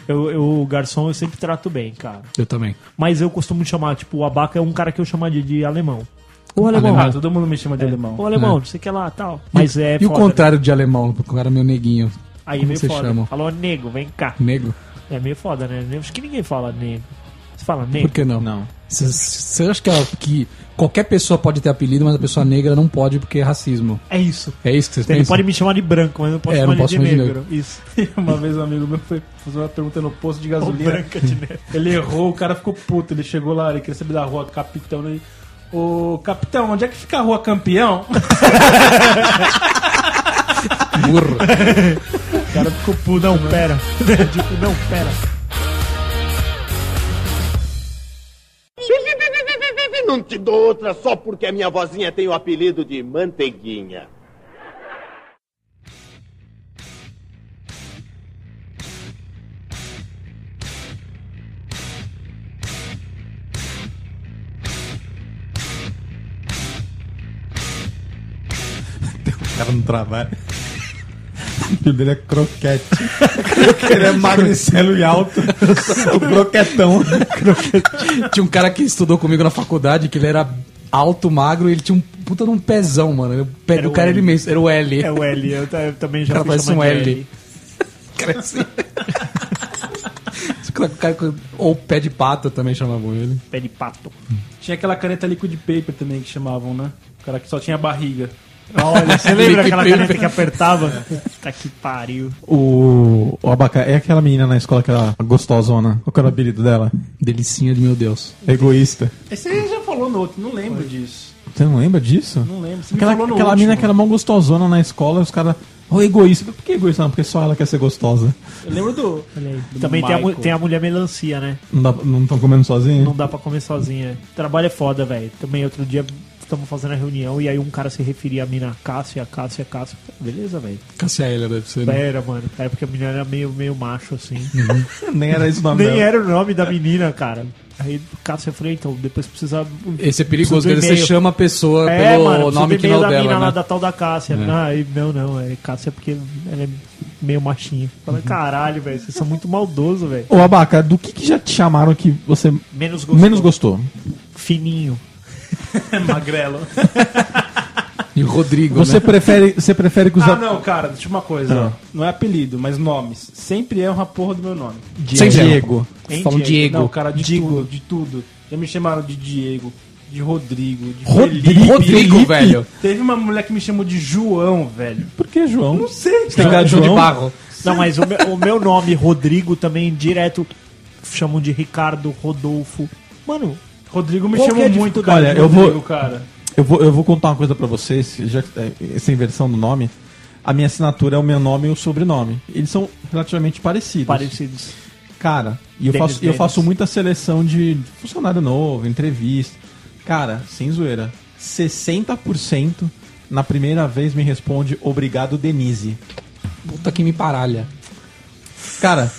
[SPEAKER 2] Eu, eu- o garçom eu sempre trato bem, cara.
[SPEAKER 3] Eu também.
[SPEAKER 2] Mas eu costumo chamar, tipo, o abaca é um cara que eu chamo de, de alemão. Ô alemão,
[SPEAKER 4] Ah, todo mundo me chama de alemão.
[SPEAKER 2] ô alemão, não sei o que lá, tal. Mas é
[SPEAKER 3] Hum. E o
[SPEAKER 2] foda,
[SPEAKER 3] contrário de alemão, o cara é meu neguinho.
[SPEAKER 2] né? Aí
[SPEAKER 3] como
[SPEAKER 2] meio
[SPEAKER 3] vocês
[SPEAKER 2] foda.
[SPEAKER 3] chamam?
[SPEAKER 2] Falou, nego, vem cá.
[SPEAKER 3] Nego?
[SPEAKER 2] É meio foda, né? Acho que ninguém fala nego. Você fala nego.
[SPEAKER 3] Por que não?
[SPEAKER 1] Não.
[SPEAKER 3] Você acha que, a- que qualquer pessoa pode ter apelido, mas a pessoa negra não pode porque é racismo?
[SPEAKER 2] É isso.
[SPEAKER 3] É isso que vocês
[SPEAKER 2] Ele
[SPEAKER 3] pensam?
[SPEAKER 2] pode me chamar de branco, mas não pode
[SPEAKER 3] É,
[SPEAKER 2] chamar
[SPEAKER 3] não posso
[SPEAKER 2] ele de
[SPEAKER 3] chamar de
[SPEAKER 2] negro. Isso.
[SPEAKER 4] Uma vez um amigo meu foi fazer uma pergunta no posto de
[SPEAKER 2] Ou
[SPEAKER 4] gasolina.
[SPEAKER 2] branca de negro.
[SPEAKER 4] Ele errou, o cara ficou puto. Ele chegou lá, ele queria saber da rua Capitão. Ele, Ô, Capitão, onde é que fica a rua Campeão? O
[SPEAKER 3] Burro.
[SPEAKER 4] cara ficou puto.
[SPEAKER 2] Tipo,
[SPEAKER 3] né?
[SPEAKER 2] não, pera. tipo, não, pera.
[SPEAKER 5] Não te dou outra só porque a minha vozinha tem o apelido de Manteiguinha.
[SPEAKER 1] O cara não trabalha. O filho dele é croquete. Ele é magricelo e alto. o croquetão.
[SPEAKER 3] Tinha um cara que estudou comigo na faculdade, que ele era alto, magro, e ele tinha um puta de um pezão, mano. O pé
[SPEAKER 2] Era
[SPEAKER 3] do
[SPEAKER 2] o
[SPEAKER 3] cara era
[SPEAKER 2] L.
[SPEAKER 3] imenso, era o L.
[SPEAKER 2] É o L, eu, ta- eu também já
[SPEAKER 3] cara
[SPEAKER 2] fui
[SPEAKER 3] parece
[SPEAKER 2] chamar
[SPEAKER 3] um
[SPEAKER 2] de
[SPEAKER 3] L. Cresce. Esse cara- cara com- Ou pé de pata também chamavam ele.
[SPEAKER 2] Pé de pato.
[SPEAKER 4] Tinha aquela caneta liquid paper também que chamavam, né? O cara que só tinha barriga.
[SPEAKER 2] Olha, você
[SPEAKER 3] Liquid
[SPEAKER 2] lembra aquela
[SPEAKER 3] paper.
[SPEAKER 2] caneta que apertava? Puta que pariu.
[SPEAKER 1] O, o Abacá é aquela menina na escola que era gostosona. Qual que era o apelido dela?
[SPEAKER 3] Delicinha de meu Deus.
[SPEAKER 1] Egoísta.
[SPEAKER 4] Esse aí já falou no outro, não lembro disso.
[SPEAKER 1] Você não lembra disso?
[SPEAKER 4] Não lembro. Você me
[SPEAKER 1] Aquela,
[SPEAKER 4] falou no
[SPEAKER 1] aquela
[SPEAKER 4] último.
[SPEAKER 1] menina que era mó gostosona na escola, os caras. Ô, egoísta. Por que egoísta? Não, porque só ela quer ser gostosa.
[SPEAKER 4] Eu lembro do.
[SPEAKER 2] Também tem a, mu-
[SPEAKER 4] Michael.
[SPEAKER 2] tem a mulher melancia, né?
[SPEAKER 1] Não dá- não estão comendo sozinha?
[SPEAKER 2] Não dá pra comer sozinha. Trabalho é foda, velho. Também outro dia estamos fazendo a reunião e aí um cara se referia a mina é Cássia, Cássia, Cássia. Beleza, velho.
[SPEAKER 3] Cassia Helena deve ser, né?
[SPEAKER 2] Pera, mano. É porque a menina era meio, meio macho, assim.
[SPEAKER 3] Uhum.
[SPEAKER 1] Nem era isso o nome
[SPEAKER 2] Nem
[SPEAKER 1] dela.
[SPEAKER 2] era o nome da menina, cara. Aí Cássia eu falei, então, depois precisa.
[SPEAKER 3] Esse é perigoso,
[SPEAKER 2] Preciso do
[SPEAKER 3] quer dizer, você
[SPEAKER 2] e-mail.
[SPEAKER 3] chama a pessoa
[SPEAKER 2] É,
[SPEAKER 3] pelo
[SPEAKER 2] mano, preciso
[SPEAKER 3] nome
[SPEAKER 2] do
[SPEAKER 3] que
[SPEAKER 2] e-mail
[SPEAKER 3] não é o
[SPEAKER 2] da mina
[SPEAKER 3] dela,
[SPEAKER 2] lá
[SPEAKER 3] né?
[SPEAKER 2] da tal da Cássia. Ah, e- não, não, é Cássia porque ela é meio machinha.
[SPEAKER 3] Uhum.
[SPEAKER 2] Fala, caralho, velho, vocês são muito maldoso, velho.
[SPEAKER 1] Ô, Abaca, do que, que já te chamaram que você
[SPEAKER 2] Menos gostoso.
[SPEAKER 1] menos gostou?
[SPEAKER 2] Fininho.
[SPEAKER 4] Magrelo.
[SPEAKER 3] E o Rodrigo,
[SPEAKER 1] Você
[SPEAKER 3] né?
[SPEAKER 1] prefere, você prefere que os. Ah.
[SPEAKER 4] Ah,
[SPEAKER 1] a-
[SPEAKER 4] não, cara, deixa eu uma coisa. Não é apelido, mas nomes. Sempre erra a porra do meu nome.
[SPEAKER 3] Sem
[SPEAKER 1] Diego.
[SPEAKER 2] Hein,
[SPEAKER 3] Falam Diego.
[SPEAKER 4] Não, cara, de tudo, de tudo. Já me chamaram de Diego, de Rodrigo, de
[SPEAKER 3] Rodrigo,
[SPEAKER 4] Felipe.
[SPEAKER 3] velho.
[SPEAKER 4] Teve uma mulher que me chamou de João, velho.
[SPEAKER 1] Por que, João? Não
[SPEAKER 4] sei,
[SPEAKER 1] Tem cara de
[SPEAKER 3] João de
[SPEAKER 1] João?
[SPEAKER 3] Barro.
[SPEAKER 2] Não, mas o meu, o meu nome, Rodrigo, também direto chamam de Ricardo, Rodolfo. Mano,
[SPEAKER 4] Rodrigo me
[SPEAKER 2] Qual que é
[SPEAKER 4] chamou
[SPEAKER 2] a
[SPEAKER 4] muito,
[SPEAKER 1] dificuldade?
[SPEAKER 4] cara, de
[SPEAKER 1] Olha, eu vou-
[SPEAKER 4] Rodrigo, cara.
[SPEAKER 1] Eu vou, eu vou contar uma coisa pra vocês, já que, é, essa inversão do nome. A minha assinatura é o meu nome e o sobrenome. Eles são relativamente parecidos.
[SPEAKER 2] parecidos.
[SPEAKER 1] Cara, e eu
[SPEAKER 2] Denis,
[SPEAKER 1] faço, eu
[SPEAKER 2] Denis.
[SPEAKER 1] faço muita seleção de funcionário novo, entrevista. Cara, sem zoeira, 60% na primeira vez me responde obrigado, Denise.
[SPEAKER 3] Puta que me paralha.
[SPEAKER 1] Cara,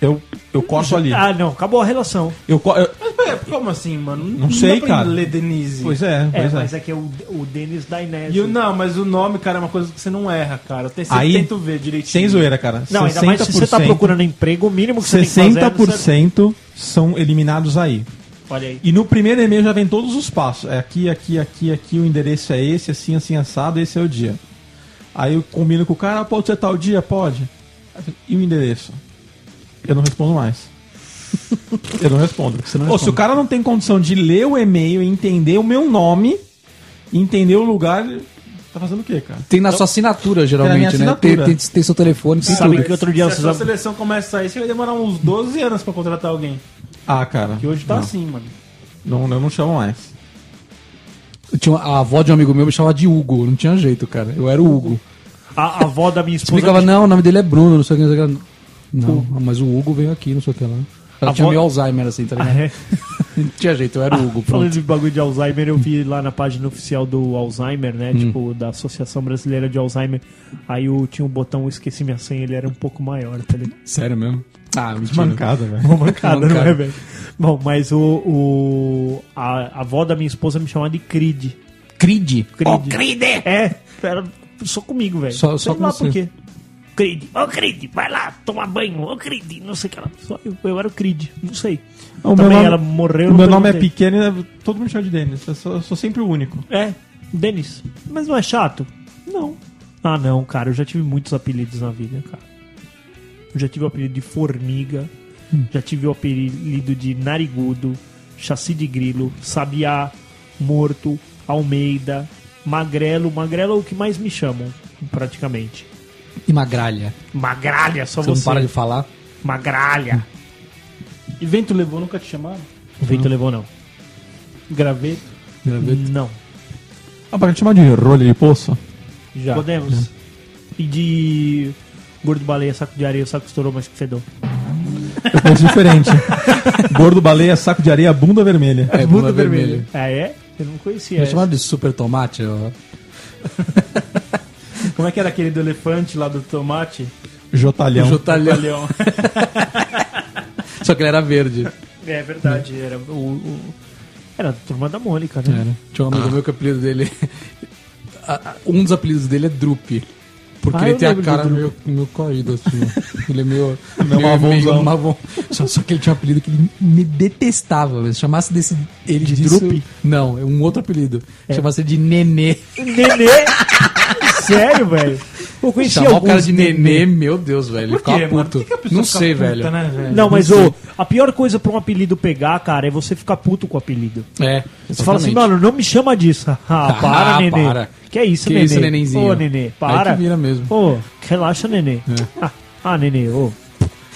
[SPEAKER 1] eu, eu corto ali.
[SPEAKER 2] Ah, não, acabou a relação.
[SPEAKER 1] Eu, co- eu-
[SPEAKER 4] Mas pera, como assim, mano?
[SPEAKER 1] Não sei,
[SPEAKER 4] dá pra
[SPEAKER 1] cara.
[SPEAKER 4] ler Denise.
[SPEAKER 1] pois é,
[SPEAKER 2] É,
[SPEAKER 1] pois é.
[SPEAKER 2] mas é que é o, o Denis da Inés.
[SPEAKER 4] E o- não, mas o nome, cara, é uma coisa que você não erra, cara. Eu até sempre
[SPEAKER 1] Aí,
[SPEAKER 4] tento ver um direitinho.
[SPEAKER 1] Sem zoeira, cara.
[SPEAKER 2] Não, ainda mais se você tá procurando emprego, o mínimo que você tem que fazer é
[SPEAKER 1] 60% são eliminados aí.
[SPEAKER 2] Olha aí.
[SPEAKER 1] E no primeiro e-mail já vem todos os passos. É aqui, aqui, aqui, aqui, o endereço é esse, assim, assim, assado, esse é o dia. Aí eu combino com o cara, ah, pode ser tal dia? Pode. Aí eu falo, E o endereço? Eu não respondo mais. eu não respondo. Ou se o cara não tem condição de ler o e-mail e entender o meu nome, entender o lugar, ele tá fazendo o quê, cara?
[SPEAKER 3] Tem na sua assinatura, geralmente, né?
[SPEAKER 1] assinatura.
[SPEAKER 3] Tem, tem, tem seu telefone, tem
[SPEAKER 2] Sabe
[SPEAKER 3] tudo.
[SPEAKER 2] que outro
[SPEAKER 4] Se
[SPEAKER 2] dia
[SPEAKER 4] a
[SPEAKER 2] você
[SPEAKER 4] sua seleção começa aí, você vai demorar uns 12 anos pra contratar alguém.
[SPEAKER 1] Ah, cara.
[SPEAKER 4] Que hoje tá
[SPEAKER 1] não,
[SPEAKER 4] assim, mano.
[SPEAKER 1] Não, eu não chamo mais.
[SPEAKER 3] Eu tinha uma- a avó de um amigo meu me chamava de Hugo, não tinha jeito, cara. Eu era o Hugo.
[SPEAKER 2] a a avó da minha esposa.
[SPEAKER 3] Explicava, não, o nome dele é Bruno, não sei o que, não sei o que. Não, mas o Hugo veio aqui, não sei o que lá. Ela
[SPEAKER 2] A
[SPEAKER 3] tinha
[SPEAKER 2] avó-
[SPEAKER 3] meio Alzheimer, assim, tá
[SPEAKER 2] Ah,
[SPEAKER 3] ligado?
[SPEAKER 2] é?
[SPEAKER 3] Não tinha jeito, eu era o Hugo,
[SPEAKER 2] Falando
[SPEAKER 3] pronto.
[SPEAKER 2] de bagulho de Alzheimer, eu vi lá na página oficial do Alzheimer, né? Tipo, da Associação Brasileira de Alzheimer. Aí eu tinha um botão, eu esqueci minha senha, ele era um pouco maior, tá ligado?
[SPEAKER 3] Sério mesmo? Ah, mentira.
[SPEAKER 1] Mancada, velho.
[SPEAKER 2] Uma mancada,
[SPEAKER 3] Mancada.
[SPEAKER 2] não é, velho? Bom, mas o. o a, a avó da minha esposa me chamava de Creed.
[SPEAKER 3] Creed.
[SPEAKER 2] Creed. É, era só comigo, velho.
[SPEAKER 3] Só- só
[SPEAKER 2] Sei
[SPEAKER 3] com
[SPEAKER 2] lá
[SPEAKER 3] você.
[SPEAKER 2] por quê. Creed, ô Creed, vai lá, tomar banho, ô Creed, não sei o que lá. Só eu, eu era o Creed, não sei.
[SPEAKER 1] O
[SPEAKER 2] Também
[SPEAKER 1] meu nome,
[SPEAKER 2] ela morreu.
[SPEAKER 1] o
[SPEAKER 2] não
[SPEAKER 1] meu nome é
[SPEAKER 2] perguntei.
[SPEAKER 1] pequeno e todo mundo chama de Denis. Eu sou, eu sou sempre o único.
[SPEAKER 2] É, Denis, mas não é chato? Não. Ah, não, cara, eu já tive muitos apelidos na vida, cara. Eu já tive o apelido de formiga,
[SPEAKER 3] Hum.
[SPEAKER 2] já tive o apelido de narigudo, chassi de grilo, sabiá, morto, almeida, magrelo. Magrelo é o que mais me chamam, praticamente.
[SPEAKER 3] E magralha.
[SPEAKER 2] Magralha, só
[SPEAKER 3] Você
[SPEAKER 2] É você.
[SPEAKER 3] não para de falar?
[SPEAKER 2] Magralha.
[SPEAKER 4] E vento levou, nunca te chamaram?
[SPEAKER 2] O vento levou, não.
[SPEAKER 4] Gravei.
[SPEAKER 2] Não.
[SPEAKER 1] Ah, pra te chamar de rolha de poço?
[SPEAKER 4] Já.
[SPEAKER 2] Podemos? E de gordo baleia, saco de areia, saco estourou, mas que fedor.
[SPEAKER 1] Eu penso diferente. Gordo, baleia, saco de areia, bunda vermelha.
[SPEAKER 3] É, bunda vermelha.
[SPEAKER 2] Ah, é? Eu não conhecia.
[SPEAKER 3] É
[SPEAKER 2] essa.
[SPEAKER 3] chamado de super tomate, ó.
[SPEAKER 4] Como é que era aquele do elefante lá do tomate?
[SPEAKER 1] Jotalhão.
[SPEAKER 3] Jotalhão.
[SPEAKER 4] Leão.
[SPEAKER 3] Só que ele era verde.
[SPEAKER 2] É verdade, era o. o- Era a turma da Mônica, né?
[SPEAKER 3] Era. Tinha um amigo meu que o apelido dele. A- a- um dos apelidos dele é Drup. Porque
[SPEAKER 2] Ah,
[SPEAKER 3] ele
[SPEAKER 2] eu
[SPEAKER 3] tem a
[SPEAKER 2] lembro do
[SPEAKER 3] cara
[SPEAKER 2] Drup.
[SPEAKER 3] meio, meio corrida, assim. ó. ele é meio.
[SPEAKER 1] Meu mavonzão.
[SPEAKER 3] mavon. Só, só que ele tinha um apelido que ele me detestava. velho. Se chamasse desse. Ele de disso,
[SPEAKER 2] Drup?
[SPEAKER 3] Não, é um outro apelido. Chamasse de Nenê.
[SPEAKER 2] Nenê! Sério, velho? Eu conhecia
[SPEAKER 3] Chamar o
[SPEAKER 2] alguns
[SPEAKER 3] cara de Nenê, meu Deus, velho. Ele ficava
[SPEAKER 4] mano?
[SPEAKER 3] puto.
[SPEAKER 4] Por que a pessoa
[SPEAKER 3] Não
[SPEAKER 4] fica
[SPEAKER 3] sei,
[SPEAKER 4] puta,
[SPEAKER 3] velho.
[SPEAKER 4] né, velho?
[SPEAKER 2] Não, mas ô, a pior coisa pra um apelido pegar, cara, é você ficar puto com o apelido.
[SPEAKER 3] É.
[SPEAKER 2] Você fala assim,
[SPEAKER 3] exatamente.
[SPEAKER 2] mano, não me chama disso. Ah,
[SPEAKER 3] Ah,
[SPEAKER 2] para, nenê.
[SPEAKER 3] para.
[SPEAKER 2] Que é isso,
[SPEAKER 3] Que
[SPEAKER 2] nenê?
[SPEAKER 3] isso, nenenzinho.
[SPEAKER 2] Ô, nenê,
[SPEAKER 3] Aí
[SPEAKER 2] para.
[SPEAKER 3] que vira mesmo. É.
[SPEAKER 2] Ô, relaxa, nenê. Ah, ah, nenê, ô.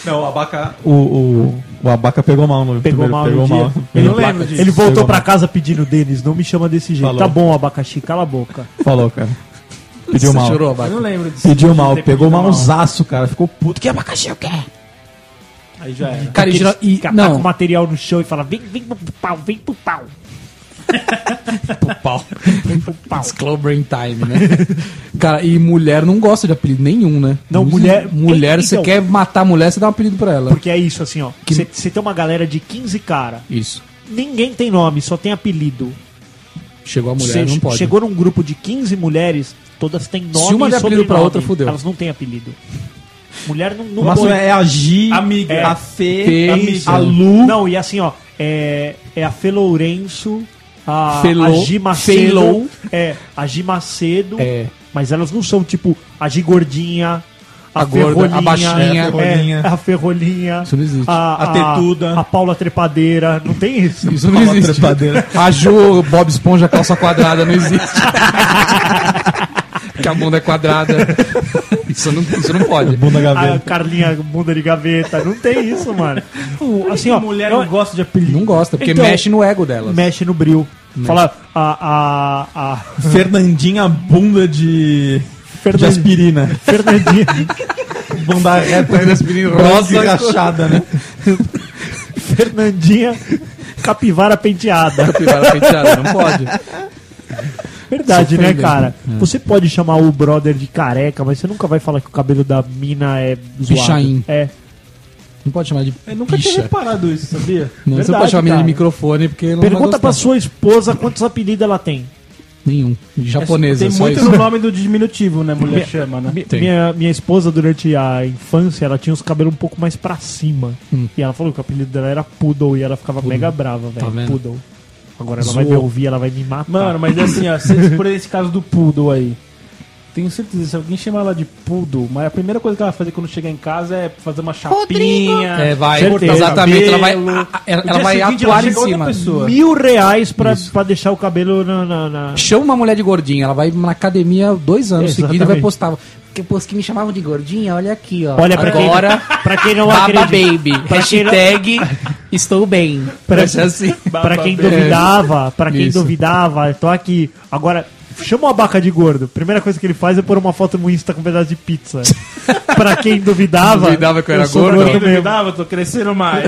[SPEAKER 1] Não, o abaca. O, o, o abaca pegou mal no
[SPEAKER 2] Pegou
[SPEAKER 1] primeiro-
[SPEAKER 2] mal
[SPEAKER 1] pegou
[SPEAKER 2] no
[SPEAKER 1] mal.
[SPEAKER 2] dia.
[SPEAKER 1] Pegou
[SPEAKER 2] Eu
[SPEAKER 1] mal.
[SPEAKER 2] lembro Ele voltou
[SPEAKER 1] Pegou
[SPEAKER 2] pra casa pedindo, Denis, não me chama desse jeito.
[SPEAKER 1] Falou.
[SPEAKER 2] Tá bom, abacaxi, cala a boca.
[SPEAKER 1] mal. Falou, cara. Pediu
[SPEAKER 3] Você
[SPEAKER 1] mal.
[SPEAKER 3] chorou,
[SPEAKER 4] Eu não
[SPEAKER 3] Abaca?
[SPEAKER 4] lembro disso.
[SPEAKER 1] Pediu mal,
[SPEAKER 4] Ter
[SPEAKER 1] pegou
[SPEAKER 4] pedido
[SPEAKER 1] malzaço, cara. Ficou puto. Que abacaxi eu quero?
[SPEAKER 4] Aí já era.
[SPEAKER 3] Cara, e
[SPEAKER 2] Aqueles
[SPEAKER 3] geral- e,
[SPEAKER 2] que ataca tá o
[SPEAKER 3] não,
[SPEAKER 2] material no chão e fala: vem, vem pro pau, vem pro pau.
[SPEAKER 3] pau. It's clobbering time, né? Cara, e mulher não gosta de apelido nenhum, né?
[SPEAKER 2] Não, mulher-
[SPEAKER 3] Mulher,
[SPEAKER 2] Então-
[SPEAKER 3] você quer matar a mulher, você dá um apelido pra ela.
[SPEAKER 2] Porque é isso, assim, ó.
[SPEAKER 3] Que-
[SPEAKER 2] Você tem uma galera de 15 cara,
[SPEAKER 3] Isso.
[SPEAKER 2] ninguém tem nome, só tem apelido.
[SPEAKER 3] Chegou a mulher,
[SPEAKER 2] Cê
[SPEAKER 3] não
[SPEAKER 2] che-
[SPEAKER 3] pode.
[SPEAKER 2] Chegou num grupo de 15 mulheres, todas têm nome
[SPEAKER 3] Se uma
[SPEAKER 2] e
[SPEAKER 3] der apelido pra
[SPEAKER 2] sobrenome.
[SPEAKER 3] outra, fudeu.
[SPEAKER 2] Elas não têm apelido. Mulher não,
[SPEAKER 1] O
[SPEAKER 2] não
[SPEAKER 1] máximo
[SPEAKER 2] põe-
[SPEAKER 1] é a Gi,
[SPEAKER 4] Amiga.
[SPEAKER 1] a Fê,
[SPEAKER 3] Fê,
[SPEAKER 1] amiga, a
[SPEAKER 3] isso.
[SPEAKER 1] Lu.
[SPEAKER 2] Não, e assim, ó, é, é a Fê Lourenço, a,
[SPEAKER 3] Fê
[SPEAKER 2] a
[SPEAKER 3] Lou-
[SPEAKER 2] Gi
[SPEAKER 3] Fê
[SPEAKER 2] Macedo.
[SPEAKER 3] Lou.
[SPEAKER 2] É, a Gi Macedo.
[SPEAKER 3] É.
[SPEAKER 2] Mas elas não são tipo a Gi Gordinha, a,
[SPEAKER 3] A gorda, a baixinha.
[SPEAKER 2] é,
[SPEAKER 1] Ferrolinha.
[SPEAKER 2] a Ferrolinha.
[SPEAKER 3] Isso não existe.
[SPEAKER 2] A,
[SPEAKER 1] A Tetuda.
[SPEAKER 2] A Paula Trepadeira. Não tem isso.
[SPEAKER 3] Isso não existe.
[SPEAKER 1] trepadeira.
[SPEAKER 3] A Ju, Bob Esponja, calça quadrada, não existe. que a bunda é quadrada. Isso não, isso não pode.
[SPEAKER 1] Bunda
[SPEAKER 2] A
[SPEAKER 1] gaveta.
[SPEAKER 2] Carlinha Bunda de Gaveta. Não tem isso, mano. O- Assim, ó,
[SPEAKER 4] Mulher
[SPEAKER 2] eu-
[SPEAKER 4] não gosta de apelido.
[SPEAKER 3] Não gosta, porque
[SPEAKER 2] Então-
[SPEAKER 3] mexe no ego delas.
[SPEAKER 2] mexe no bril. Fala a, a, a
[SPEAKER 1] Fernandinha, bunda de. De
[SPEAKER 2] Fernandinha.
[SPEAKER 1] aspirina.
[SPEAKER 2] Fernandinha.
[SPEAKER 1] Bunda reta,
[SPEAKER 3] aspirina rosa.
[SPEAKER 1] rosa rachada, né?
[SPEAKER 2] Fernandinha Capivara Penteada.
[SPEAKER 3] Capivara penteada, não pode.
[SPEAKER 2] Verdade,
[SPEAKER 3] Se
[SPEAKER 2] né,
[SPEAKER 3] ofendendo.
[SPEAKER 2] cara? Você pode chamar o brother de careca, mas você nunca vai falar que o cabelo da mina é zoado.
[SPEAKER 3] Pichain.
[SPEAKER 2] É.
[SPEAKER 3] Não pode chamar de
[SPEAKER 4] Eu nunca tinha
[SPEAKER 3] picha.
[SPEAKER 4] reparado isso, sabia?
[SPEAKER 3] Não, você não
[SPEAKER 2] Verdade,
[SPEAKER 3] pode chamar a menina de
[SPEAKER 2] cara.
[SPEAKER 3] microfone porque ela não vai
[SPEAKER 2] Pergunta pra
[SPEAKER 3] gostar.
[SPEAKER 2] sua esposa quantos apelidos ela tem.
[SPEAKER 3] Nenhum. Japonesa,
[SPEAKER 4] É assim, Tem
[SPEAKER 3] só
[SPEAKER 4] muito
[SPEAKER 3] isso.
[SPEAKER 4] no nome do diminutivo, né? Mulher chama, né?
[SPEAKER 2] Mi-
[SPEAKER 3] Tem.
[SPEAKER 2] Minha, minha esposa, durante a infância, ela tinha os cabelos um pouco mais pra cima. E ela falou que o apelido dela era Hum. Poodle Tá e ela ficava mega brava, velho.
[SPEAKER 3] vendo?
[SPEAKER 2] Poodle. Agora ela vai me
[SPEAKER 4] Zoou.
[SPEAKER 2] ouvir, ela vai me matar.
[SPEAKER 4] Mano, mas assim, ó, se- por esse caso do Poodle aí. Tenho certeza, se alguém chamar ela de Poodle, mas a primeira coisa que ela vai fazer quando chegar em casa é fazer uma chapinha.
[SPEAKER 3] É, vai,
[SPEAKER 4] cortar o
[SPEAKER 3] exatamente. Ela vai,
[SPEAKER 4] cabelo.
[SPEAKER 3] a- a- ela,
[SPEAKER 4] No
[SPEAKER 3] ela
[SPEAKER 4] dia
[SPEAKER 3] vai
[SPEAKER 4] seguinte,
[SPEAKER 3] atuar
[SPEAKER 4] ela
[SPEAKER 3] em
[SPEAKER 4] chega outra
[SPEAKER 3] cima.
[SPEAKER 4] pessoa.
[SPEAKER 2] mil reais pra, pra deixar o cabelo na. na- na-
[SPEAKER 3] Chama uma mulher de gordinha, ela vai na academia dois anos
[SPEAKER 2] É, Exatamente.
[SPEAKER 3] seguidos e vai postar. Porque pô, os que me chamavam de gordinha, olha aqui, ó.
[SPEAKER 2] Olha, pra quem,
[SPEAKER 3] Agora,
[SPEAKER 2] pra quem não
[SPEAKER 3] Baba
[SPEAKER 2] acredita.
[SPEAKER 3] Baby.
[SPEAKER 2] Pra quem não-
[SPEAKER 3] Hashtag estou bem.
[SPEAKER 2] Pra,
[SPEAKER 3] Vai ser assim.
[SPEAKER 2] pra quem
[SPEAKER 3] Baby.
[SPEAKER 2] duvidava, pra quem
[SPEAKER 3] Isso.
[SPEAKER 2] duvidava, tô aqui. Agora, chama o abaca de gordo. Primeira coisa que ele faz é pôr uma foto no Insta com um pedaço de pizza. pra quem duvidava.
[SPEAKER 3] Duvidava que eu era
[SPEAKER 2] sou
[SPEAKER 3] gordo?
[SPEAKER 4] Ah, Eu
[SPEAKER 2] mesmo.
[SPEAKER 4] duvidava, tô crescendo mais.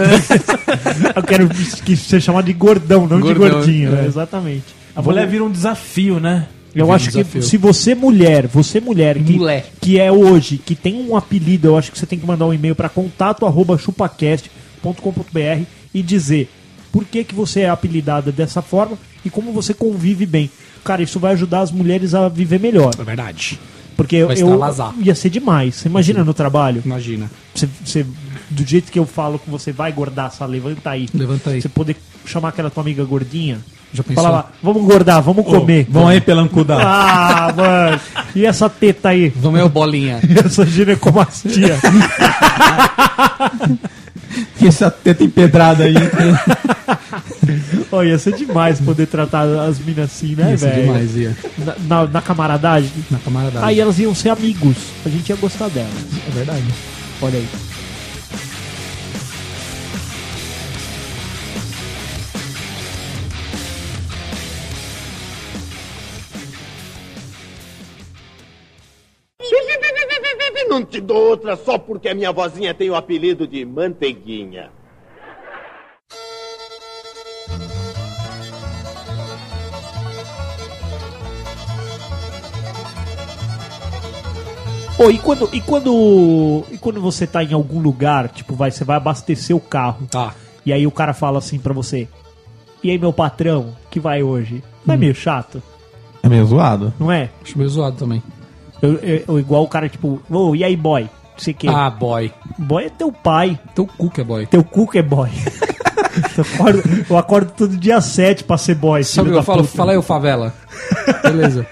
[SPEAKER 2] Eu quero que ser chamado de gordão, não
[SPEAKER 3] Gordão,
[SPEAKER 2] de gordinho.
[SPEAKER 3] é.
[SPEAKER 2] né? Exatamente.
[SPEAKER 4] A mulher vira um desafio, né?
[SPEAKER 2] Eu acho que
[SPEAKER 3] um desafio.
[SPEAKER 2] se você mulher, você mulher que,
[SPEAKER 3] Mulher.
[SPEAKER 2] que é hoje, que tem um apelido, eu acho que você tem que mandar um e-mail para contato@chupacast.com.br e dizer por que que você é apelidada dessa forma e como você convive bem. Cara, isso vai ajudar as mulheres a viver melhor,
[SPEAKER 3] É verdade.
[SPEAKER 2] porque eu,
[SPEAKER 3] Vai extravasar.
[SPEAKER 2] ia ser demais. Você imagina no trabalho,
[SPEAKER 3] Imagina.
[SPEAKER 2] você, você- do jeito que eu falo que você vai gordaça, levanta aí.
[SPEAKER 3] Levanta aí.
[SPEAKER 2] Você poder chamar aquela tua amiga gordinha,
[SPEAKER 3] Já pensou?
[SPEAKER 2] falar, vamos engordar, vamos comer.
[SPEAKER 1] Vão aí, pelancuda.
[SPEAKER 2] Ah, mano. E essa teta aí?
[SPEAKER 3] Vamos aí, ô bolinha.
[SPEAKER 2] Essa ginecomastia.
[SPEAKER 1] Que essa teta empedrada aí.
[SPEAKER 2] Olha, ia ser demais poder tratar as minas assim, né,
[SPEAKER 3] Isso é
[SPEAKER 2] velho?
[SPEAKER 3] demais, ia.
[SPEAKER 2] Na, na, na camaradagem.
[SPEAKER 3] Na camaradagem.
[SPEAKER 2] Aí elas iam ser amigos. A gente ia gostar delas.
[SPEAKER 3] é verdade.
[SPEAKER 2] Olha aí.
[SPEAKER 5] Não te dou outra só porque a minha vozinha tem o apelido de Manteiguinha.
[SPEAKER 2] Ô, e quando, e quando. E quando você tá em algum lugar, tipo, vai, você vai abastecer o carro.
[SPEAKER 3] Tá.
[SPEAKER 2] E aí o cara fala assim pra você. E aí, meu patrão, que vai hoje? Não é
[SPEAKER 3] Hum.
[SPEAKER 2] meio chato,
[SPEAKER 1] É meio zoado.
[SPEAKER 2] não é?
[SPEAKER 3] Acho meio zoado também.
[SPEAKER 2] Eu, eu- eu igual o cara, tipo, ô, e aí, boy? Não sei o quê.
[SPEAKER 3] Ah, boy.
[SPEAKER 2] Boy é teu pai.
[SPEAKER 3] Teu cu que é boy.
[SPEAKER 2] Teu cu que é boy. eu, acordo, eu acordo todo dia 7 pra ser boy.
[SPEAKER 3] Sabe o
[SPEAKER 2] filho
[SPEAKER 3] que
[SPEAKER 2] da
[SPEAKER 3] eu falo?
[SPEAKER 2] puta.
[SPEAKER 3] Fala aí, ô favela. Beleza.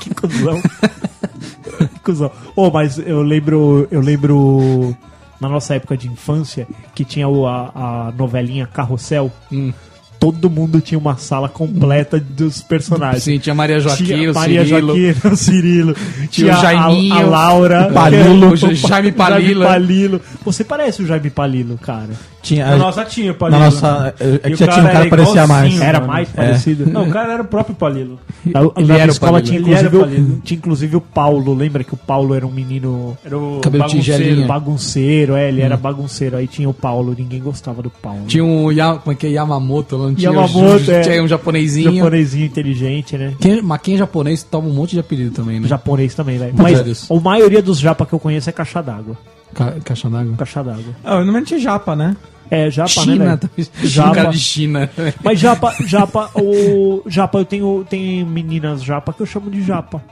[SPEAKER 2] Que cuzão. que cuzão. Ô, mas eu lembro. Eu lembro. Na nossa época de infância, que tinha o- a, a novelinha Carrossel,
[SPEAKER 3] Hum.
[SPEAKER 2] todo mundo tinha uma sala completa dos personagens.
[SPEAKER 3] Sim, tinha Maria Joaquim,
[SPEAKER 2] tinha
[SPEAKER 3] o
[SPEAKER 2] Maria
[SPEAKER 3] Cirilo.
[SPEAKER 2] Joaquim, o Cirilo.
[SPEAKER 3] Tinha o Jaiminho,
[SPEAKER 2] a, a Laura.
[SPEAKER 3] o Palilo,
[SPEAKER 2] Pa-
[SPEAKER 3] o Jaime Palilo.
[SPEAKER 2] Palilo. Você parece o Jaime Palilo, cara.
[SPEAKER 1] Tinha,
[SPEAKER 4] Na nossa tinha,
[SPEAKER 1] É, na
[SPEAKER 4] Palilo. né?
[SPEAKER 1] nossa, é
[SPEAKER 4] E
[SPEAKER 1] que
[SPEAKER 4] o
[SPEAKER 1] já tinha um cara
[SPEAKER 4] era
[SPEAKER 1] que parecia mais.
[SPEAKER 4] igualzinho,
[SPEAKER 2] Era
[SPEAKER 4] mano.
[SPEAKER 2] mais
[SPEAKER 1] É.
[SPEAKER 2] parecido.
[SPEAKER 4] Não, o cara era o próprio Palilo.
[SPEAKER 2] Na,
[SPEAKER 3] Ele
[SPEAKER 2] na
[SPEAKER 3] era o
[SPEAKER 2] escola
[SPEAKER 3] Palilo.
[SPEAKER 2] tinha
[SPEAKER 4] Ele era
[SPEAKER 2] inclusive,
[SPEAKER 4] o
[SPEAKER 2] o,
[SPEAKER 4] Palilo.
[SPEAKER 2] tinha inclusive o Paulo. Lembra que o Paulo era um menino
[SPEAKER 4] Era o
[SPEAKER 3] Cabelo
[SPEAKER 4] bagunceiro.
[SPEAKER 3] tigelinha.
[SPEAKER 2] bagunceiro? É, ele era bagunceiro. Aí tinha o Paulo, ninguém gostava do Paulo.
[SPEAKER 3] Tinha um Ya- como é que é? Yamamoto, lá não tinha?
[SPEAKER 2] Yamamoto,
[SPEAKER 3] Ju- ju-
[SPEAKER 2] é.
[SPEAKER 3] Tinha um
[SPEAKER 2] um
[SPEAKER 3] japonesinho.
[SPEAKER 2] japonesinho inteligente, né?
[SPEAKER 3] Quem, mas quem é japonês toma um monte de apelido também, né?
[SPEAKER 2] Japonês também, velho.
[SPEAKER 3] Puta
[SPEAKER 2] Mas
[SPEAKER 3] Deus.
[SPEAKER 2] a maioria dos japa que eu conheço é caixa d'água.
[SPEAKER 3] Ca- caixa d'água.
[SPEAKER 2] Caixa d'água.
[SPEAKER 1] Ah, eu não tinha japa, né?
[SPEAKER 2] É, japa, né?
[SPEAKER 3] China,
[SPEAKER 2] velho?
[SPEAKER 3] talvez.
[SPEAKER 2] Japa. É.
[SPEAKER 3] Um cara de China.
[SPEAKER 2] Mas japa, japa, o japa, eu tenho, tem meninas japa que eu chamo de japa.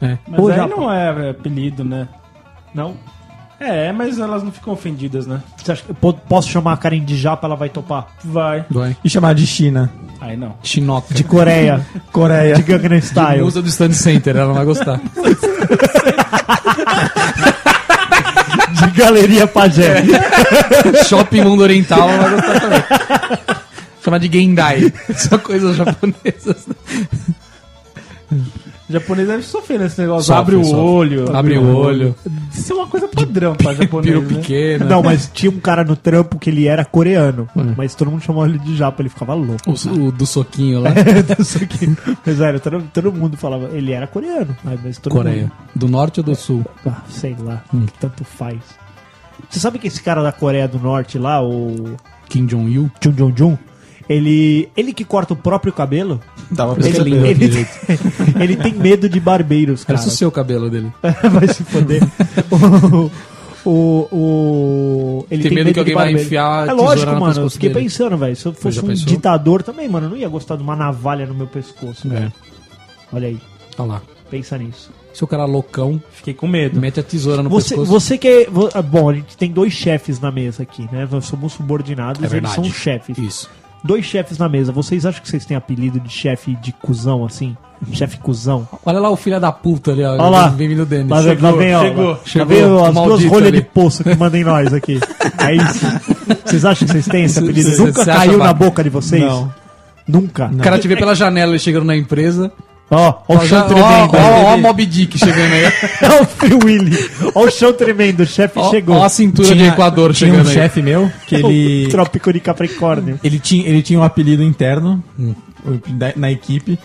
[SPEAKER 3] É.
[SPEAKER 4] Mas
[SPEAKER 2] Ô,
[SPEAKER 4] aí
[SPEAKER 2] Japa.
[SPEAKER 4] não é apelido, né?
[SPEAKER 2] Não?
[SPEAKER 4] É, mas elas não ficam ofendidas, né?
[SPEAKER 2] Você acha que eu po- posso chamar a Karen de japa, ela vai topar?
[SPEAKER 4] Vai.
[SPEAKER 2] é.
[SPEAKER 3] Vai.
[SPEAKER 1] E chamar de China.
[SPEAKER 4] Aí não.
[SPEAKER 3] Chinoca.
[SPEAKER 2] De Coreia,
[SPEAKER 1] Coreia.
[SPEAKER 2] de Gangnam Style.
[SPEAKER 3] Usa do Stand Center, ela não vai gostar.
[SPEAKER 2] de Galeria Pajé.
[SPEAKER 4] É.
[SPEAKER 3] Shopping Mundo Oriental, ela vai gostar também. Chamar de Gendai. Só coisas japonesas.
[SPEAKER 4] Japonês deve sofrer nesse negócio.
[SPEAKER 3] Sofre,
[SPEAKER 4] abre o
[SPEAKER 3] sofre.
[SPEAKER 4] olho.
[SPEAKER 3] Abre o olho.
[SPEAKER 4] Isso é uma coisa padrão pra japonês,
[SPEAKER 3] Piro
[SPEAKER 4] né?
[SPEAKER 3] pequeno.
[SPEAKER 2] Não, mas tinha um cara no trampo que ele era coreano,
[SPEAKER 1] É.
[SPEAKER 2] mas todo mundo chamava ele de japa, ele ficava louco.
[SPEAKER 3] O, o do soquinho lá.
[SPEAKER 2] Isso aqui. Mas era, todo, todo mundo falava, ele era coreano, mas mas todo
[SPEAKER 3] Coreia.
[SPEAKER 2] mundo-
[SPEAKER 3] Do norte ou do sul?
[SPEAKER 2] Ah, sei lá, que tanto faz. Você sabe que esse cara da Coreia do Norte lá, o
[SPEAKER 3] Kim Jong-il?
[SPEAKER 2] Jun Jong Jun, ele, ele que corta o próprio cabelo,
[SPEAKER 1] Tava
[SPEAKER 3] Esse é
[SPEAKER 1] percebendo.
[SPEAKER 3] lindo.
[SPEAKER 2] ele, ele tem medo de barbeiros, cara.
[SPEAKER 3] Parece o seu cabelo dele.
[SPEAKER 2] Vai se foder. O- o. o ele
[SPEAKER 3] Tem medo que alguém
[SPEAKER 2] de barbeiro.
[SPEAKER 3] vai enfiar a
[SPEAKER 2] É
[SPEAKER 3] tesoura
[SPEAKER 2] lógico,
[SPEAKER 3] no
[SPEAKER 2] mano. Eu
[SPEAKER 3] pescoço
[SPEAKER 2] fiquei
[SPEAKER 3] dele.
[SPEAKER 2] pensando, velho. Se eu fosse
[SPEAKER 3] já
[SPEAKER 2] um
[SPEAKER 3] pensou?
[SPEAKER 2] ditador também, mano, eu não ia gostar de uma navalha no meu
[SPEAKER 3] É.
[SPEAKER 2] pescoço, velho. Olha aí,
[SPEAKER 3] Olha lá.
[SPEAKER 2] pensa nisso.
[SPEAKER 3] Se o cara é loucão,
[SPEAKER 4] Fiquei com medo.
[SPEAKER 3] mete a tesoura no
[SPEAKER 2] Você,
[SPEAKER 3] pescoço.
[SPEAKER 2] você que é. vo- ah, Bom, a gente tem dois chefes na mesa aqui, né? Nós somos subordinados e
[SPEAKER 3] É
[SPEAKER 2] eles
[SPEAKER 3] verdade.
[SPEAKER 2] são os chefes.
[SPEAKER 3] Isso.
[SPEAKER 2] Dois chefes na mesa. Vocês acham que vocês têm apelido de chefe de cuzão, assim? Chefe cuzão?
[SPEAKER 3] Olha lá o filho da puta ali, ó.
[SPEAKER 2] Olha lá. é
[SPEAKER 3] Bem-vindo, Denis.
[SPEAKER 2] Lá, vem- lá vem, ó,
[SPEAKER 4] chegou,
[SPEAKER 2] lá-
[SPEAKER 3] chegou.
[SPEAKER 2] Lá vem ó, as duas
[SPEAKER 3] Maldito
[SPEAKER 2] rolhas
[SPEAKER 3] ali.
[SPEAKER 2] de poço que mandam em nós aqui. É isso. Vocês acham que vocês têm esse apelido?
[SPEAKER 3] Cê- cê
[SPEAKER 2] Nunca
[SPEAKER 3] acha
[SPEAKER 2] caiu na
[SPEAKER 3] bacana?
[SPEAKER 2] boca de vocês?
[SPEAKER 1] Não.
[SPEAKER 2] Nunca?
[SPEAKER 3] O cara te vê pela janela, ele chegando na empresa.
[SPEAKER 2] Ó, ó o
[SPEAKER 3] Ó,
[SPEAKER 2] chão
[SPEAKER 3] já- ó,
[SPEAKER 2] tremendo.
[SPEAKER 3] ó, ó o Mob Dick chegando aí.
[SPEAKER 2] Ó o Free Willy. Ó o chão tremendo. O chefe
[SPEAKER 3] Ó,
[SPEAKER 2] chegou.
[SPEAKER 3] ó a cintura de Equador
[SPEAKER 1] tinha
[SPEAKER 3] chegando
[SPEAKER 1] um
[SPEAKER 3] aí. É
[SPEAKER 1] chefe meu que ele
[SPEAKER 2] O Trópico de Capricórnio.
[SPEAKER 1] ele tinha ele tinha um apelido interno o- da- na equipe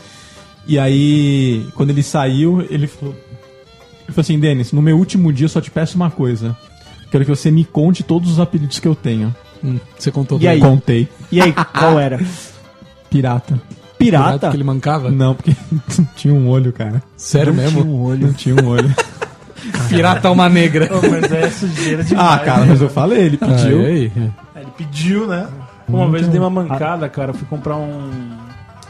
[SPEAKER 1] e aí quando ele saiu ele falou, ele falou assim Denis no meu último dia eu só te peço uma coisa quero que você me conte todos os apelidos que eu tenho
[SPEAKER 3] Hum, Você contou.
[SPEAKER 2] E aí?
[SPEAKER 1] contei
[SPEAKER 2] E aí, qual era?
[SPEAKER 1] pirata
[SPEAKER 2] Pirata?
[SPEAKER 3] Pirata que ele mancava?
[SPEAKER 1] não porque tinha um olho cara
[SPEAKER 3] Sério mesmo?
[SPEAKER 1] um olho não tinha um olho
[SPEAKER 3] Pirata alma negra.
[SPEAKER 4] Mas é sujeira de.
[SPEAKER 1] ah cara mas eu falei ele pediu
[SPEAKER 3] Aí, aí.
[SPEAKER 4] Ele pediu, né? Uma vez eu dei uma mancada, cara. Eu fui comprar um.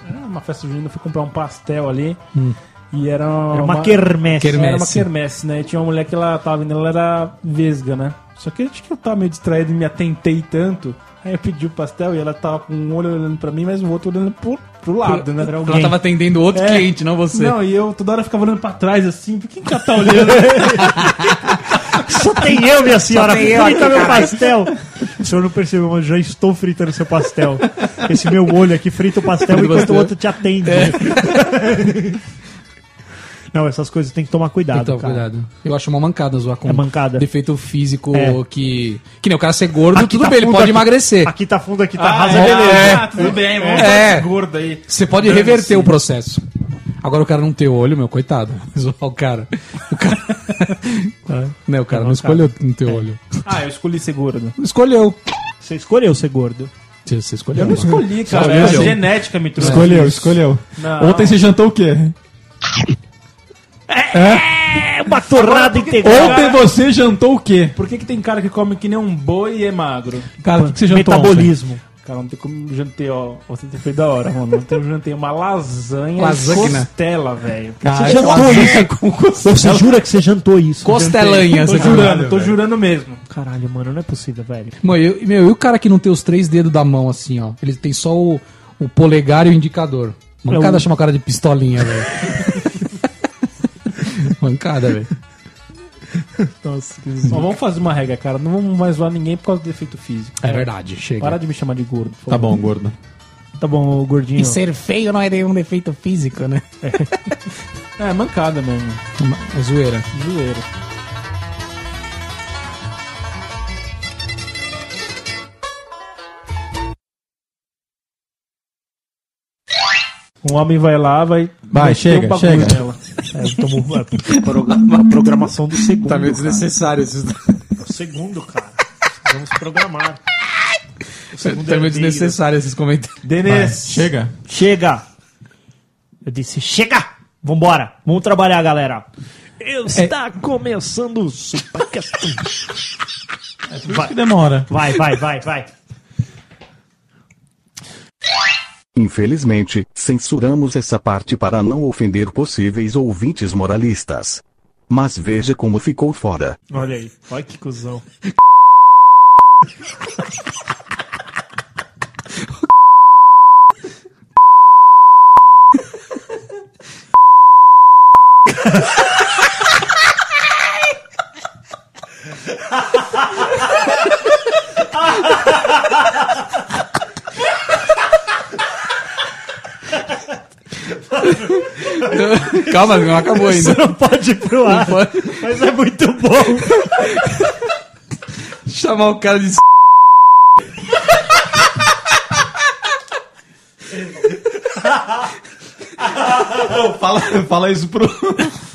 [SPEAKER 4] Era uma festa junina, eu fui comprar um pastel ali. E Hum. era uma.
[SPEAKER 2] Era uma quermesse.
[SPEAKER 3] Quermesse.
[SPEAKER 4] Era uma quermesse, né? E tinha uma mulher que ela tava vindo, ela era vesga, né? Só que eu acho que eu tava meio distraído e me atentei tanto. Aí eu pedi o pastel e ela tava com um olho olhando pra mim, mas o outro olhando pro, pro
[SPEAKER 2] Ah,
[SPEAKER 4] lado, né? Era
[SPEAKER 3] Ela tava atendendo
[SPEAKER 2] É.
[SPEAKER 3] outro cliente, não você.
[SPEAKER 4] Não, e eu toda hora ficava olhando pra trás assim, por que que ela tá olhando?
[SPEAKER 2] Só tem eu, minha senhora. Frita meu pastel. O senhor não percebeu, mas eu já estou fritando seu pastel. Esse meu olho aqui frita o pastel
[SPEAKER 3] Frita o
[SPEAKER 2] enquanto
[SPEAKER 3] pastel.
[SPEAKER 2] o outro te atende. Não, essas coisas tem que tomar cuidado,
[SPEAKER 3] Então,
[SPEAKER 2] cara.
[SPEAKER 3] cuidado. Eu acho uma mancada zoar com
[SPEAKER 2] É mancada.
[SPEAKER 3] defeito físico
[SPEAKER 2] É.
[SPEAKER 3] que. Que nem o cara ser gordo,
[SPEAKER 2] Aqui
[SPEAKER 3] tudo
[SPEAKER 2] tá
[SPEAKER 3] bem, ele
[SPEAKER 2] fundo,
[SPEAKER 3] pode
[SPEAKER 2] aqui-
[SPEAKER 3] emagrecer.
[SPEAKER 2] Aqui tá fundo, aqui tá
[SPEAKER 4] Ah,
[SPEAKER 2] raso.
[SPEAKER 4] beleza.
[SPEAKER 3] é.
[SPEAKER 4] Ah, tudo bem, vamos
[SPEAKER 3] É.
[SPEAKER 4] é. esse gordo aí.
[SPEAKER 3] Você pode
[SPEAKER 4] Dane-se.
[SPEAKER 3] reverter o processo. Agora o cara não tem o olho, meu, coitado. Zoar o cara. O cara. né, o cara não escolheu não ter olho.
[SPEAKER 4] Ah, eu escolhi ser gordo.
[SPEAKER 3] Escolheu.
[SPEAKER 2] Você escolheu ser gordo.
[SPEAKER 3] Você, você escolheu.
[SPEAKER 4] Eu não
[SPEAKER 3] mano.
[SPEAKER 4] escolhi, cara.
[SPEAKER 3] Escolheu.
[SPEAKER 4] A genética me trouxe.
[SPEAKER 1] escolheu escolheu
[SPEAKER 4] é. Não.
[SPEAKER 1] ontem você jantou o quê
[SPEAKER 2] É uma torrada integral.
[SPEAKER 1] ontem você jantou o quê
[SPEAKER 4] Por que, que tem cara que come que nem um boi e é magro?
[SPEAKER 1] cara o que que você jantou ontem?
[SPEAKER 2] Metabolismo.
[SPEAKER 4] Cara, não tem como jantei, ó. Você tem feito da hora, mano. Ontem eu jantei uma lasanha
[SPEAKER 3] Lasagna.
[SPEAKER 4] e costela, velho.
[SPEAKER 2] Você jantou isso. Você jura É que você jantou isso?
[SPEAKER 3] Costelanha,
[SPEAKER 4] Tô
[SPEAKER 3] você
[SPEAKER 4] jurando, tô jurando mesmo.
[SPEAKER 2] Caralho, mano, não é possível, velho.
[SPEAKER 3] Mano, eu- meu, e o cara que não tem os três dedos da mão, assim, ó? Ele tem só o, o polegar e o indicador.
[SPEAKER 2] É
[SPEAKER 3] Mancada
[SPEAKER 2] o-
[SPEAKER 3] chama o cara de pistolinha, velho. Mancada, velho.
[SPEAKER 2] Nossa, que
[SPEAKER 4] Mas vamos fazer uma regra, cara. Não vamos mais zoar ninguém por causa do defeito físico.
[SPEAKER 3] É verdade, chega.
[SPEAKER 4] Para de me chamar de gordo.
[SPEAKER 1] tá
[SPEAKER 4] por favor.
[SPEAKER 1] bom gordo
[SPEAKER 2] Tá bom, gordinho.
[SPEAKER 3] ser feio não é nenhum defeito físico, né?
[SPEAKER 4] É, mancada mesmo.
[SPEAKER 3] É zoeira.
[SPEAKER 4] Zoeira. Um homem vai lá, vai.
[SPEAKER 1] Vai,
[SPEAKER 4] meter
[SPEAKER 1] chega,
[SPEAKER 4] bagulho
[SPEAKER 1] chega.
[SPEAKER 4] nela.
[SPEAKER 2] É, tomou a progra- programação do segundo.
[SPEAKER 3] Tá meio
[SPEAKER 2] cara.
[SPEAKER 3] desnecessário esses.
[SPEAKER 2] O é, segundo, cara. Vamos programar. é
[SPEAKER 3] tá meio desnecessário esses comentários.
[SPEAKER 4] Denis,
[SPEAKER 1] chega
[SPEAKER 2] Chega! Eu disse, chega! Vambora! Vamos trabalhar, galera! É. Está começando o Supacast.
[SPEAKER 1] É que demora
[SPEAKER 2] Vai, vai, vai, vai.
[SPEAKER 7] Infelizmente, censuramos essa parte para não ofender possíveis ouvintes moralistas. Mas veja como ficou fora.
[SPEAKER 2] Olha aí, olha que cuzão.
[SPEAKER 3] Calma, não acabou
[SPEAKER 2] Você
[SPEAKER 3] ainda.
[SPEAKER 2] não pode ir pro ar,
[SPEAKER 3] Pode
[SPEAKER 2] mas é muito bom.
[SPEAKER 3] chamar o cara de.
[SPEAKER 1] Fala, fala isso pro,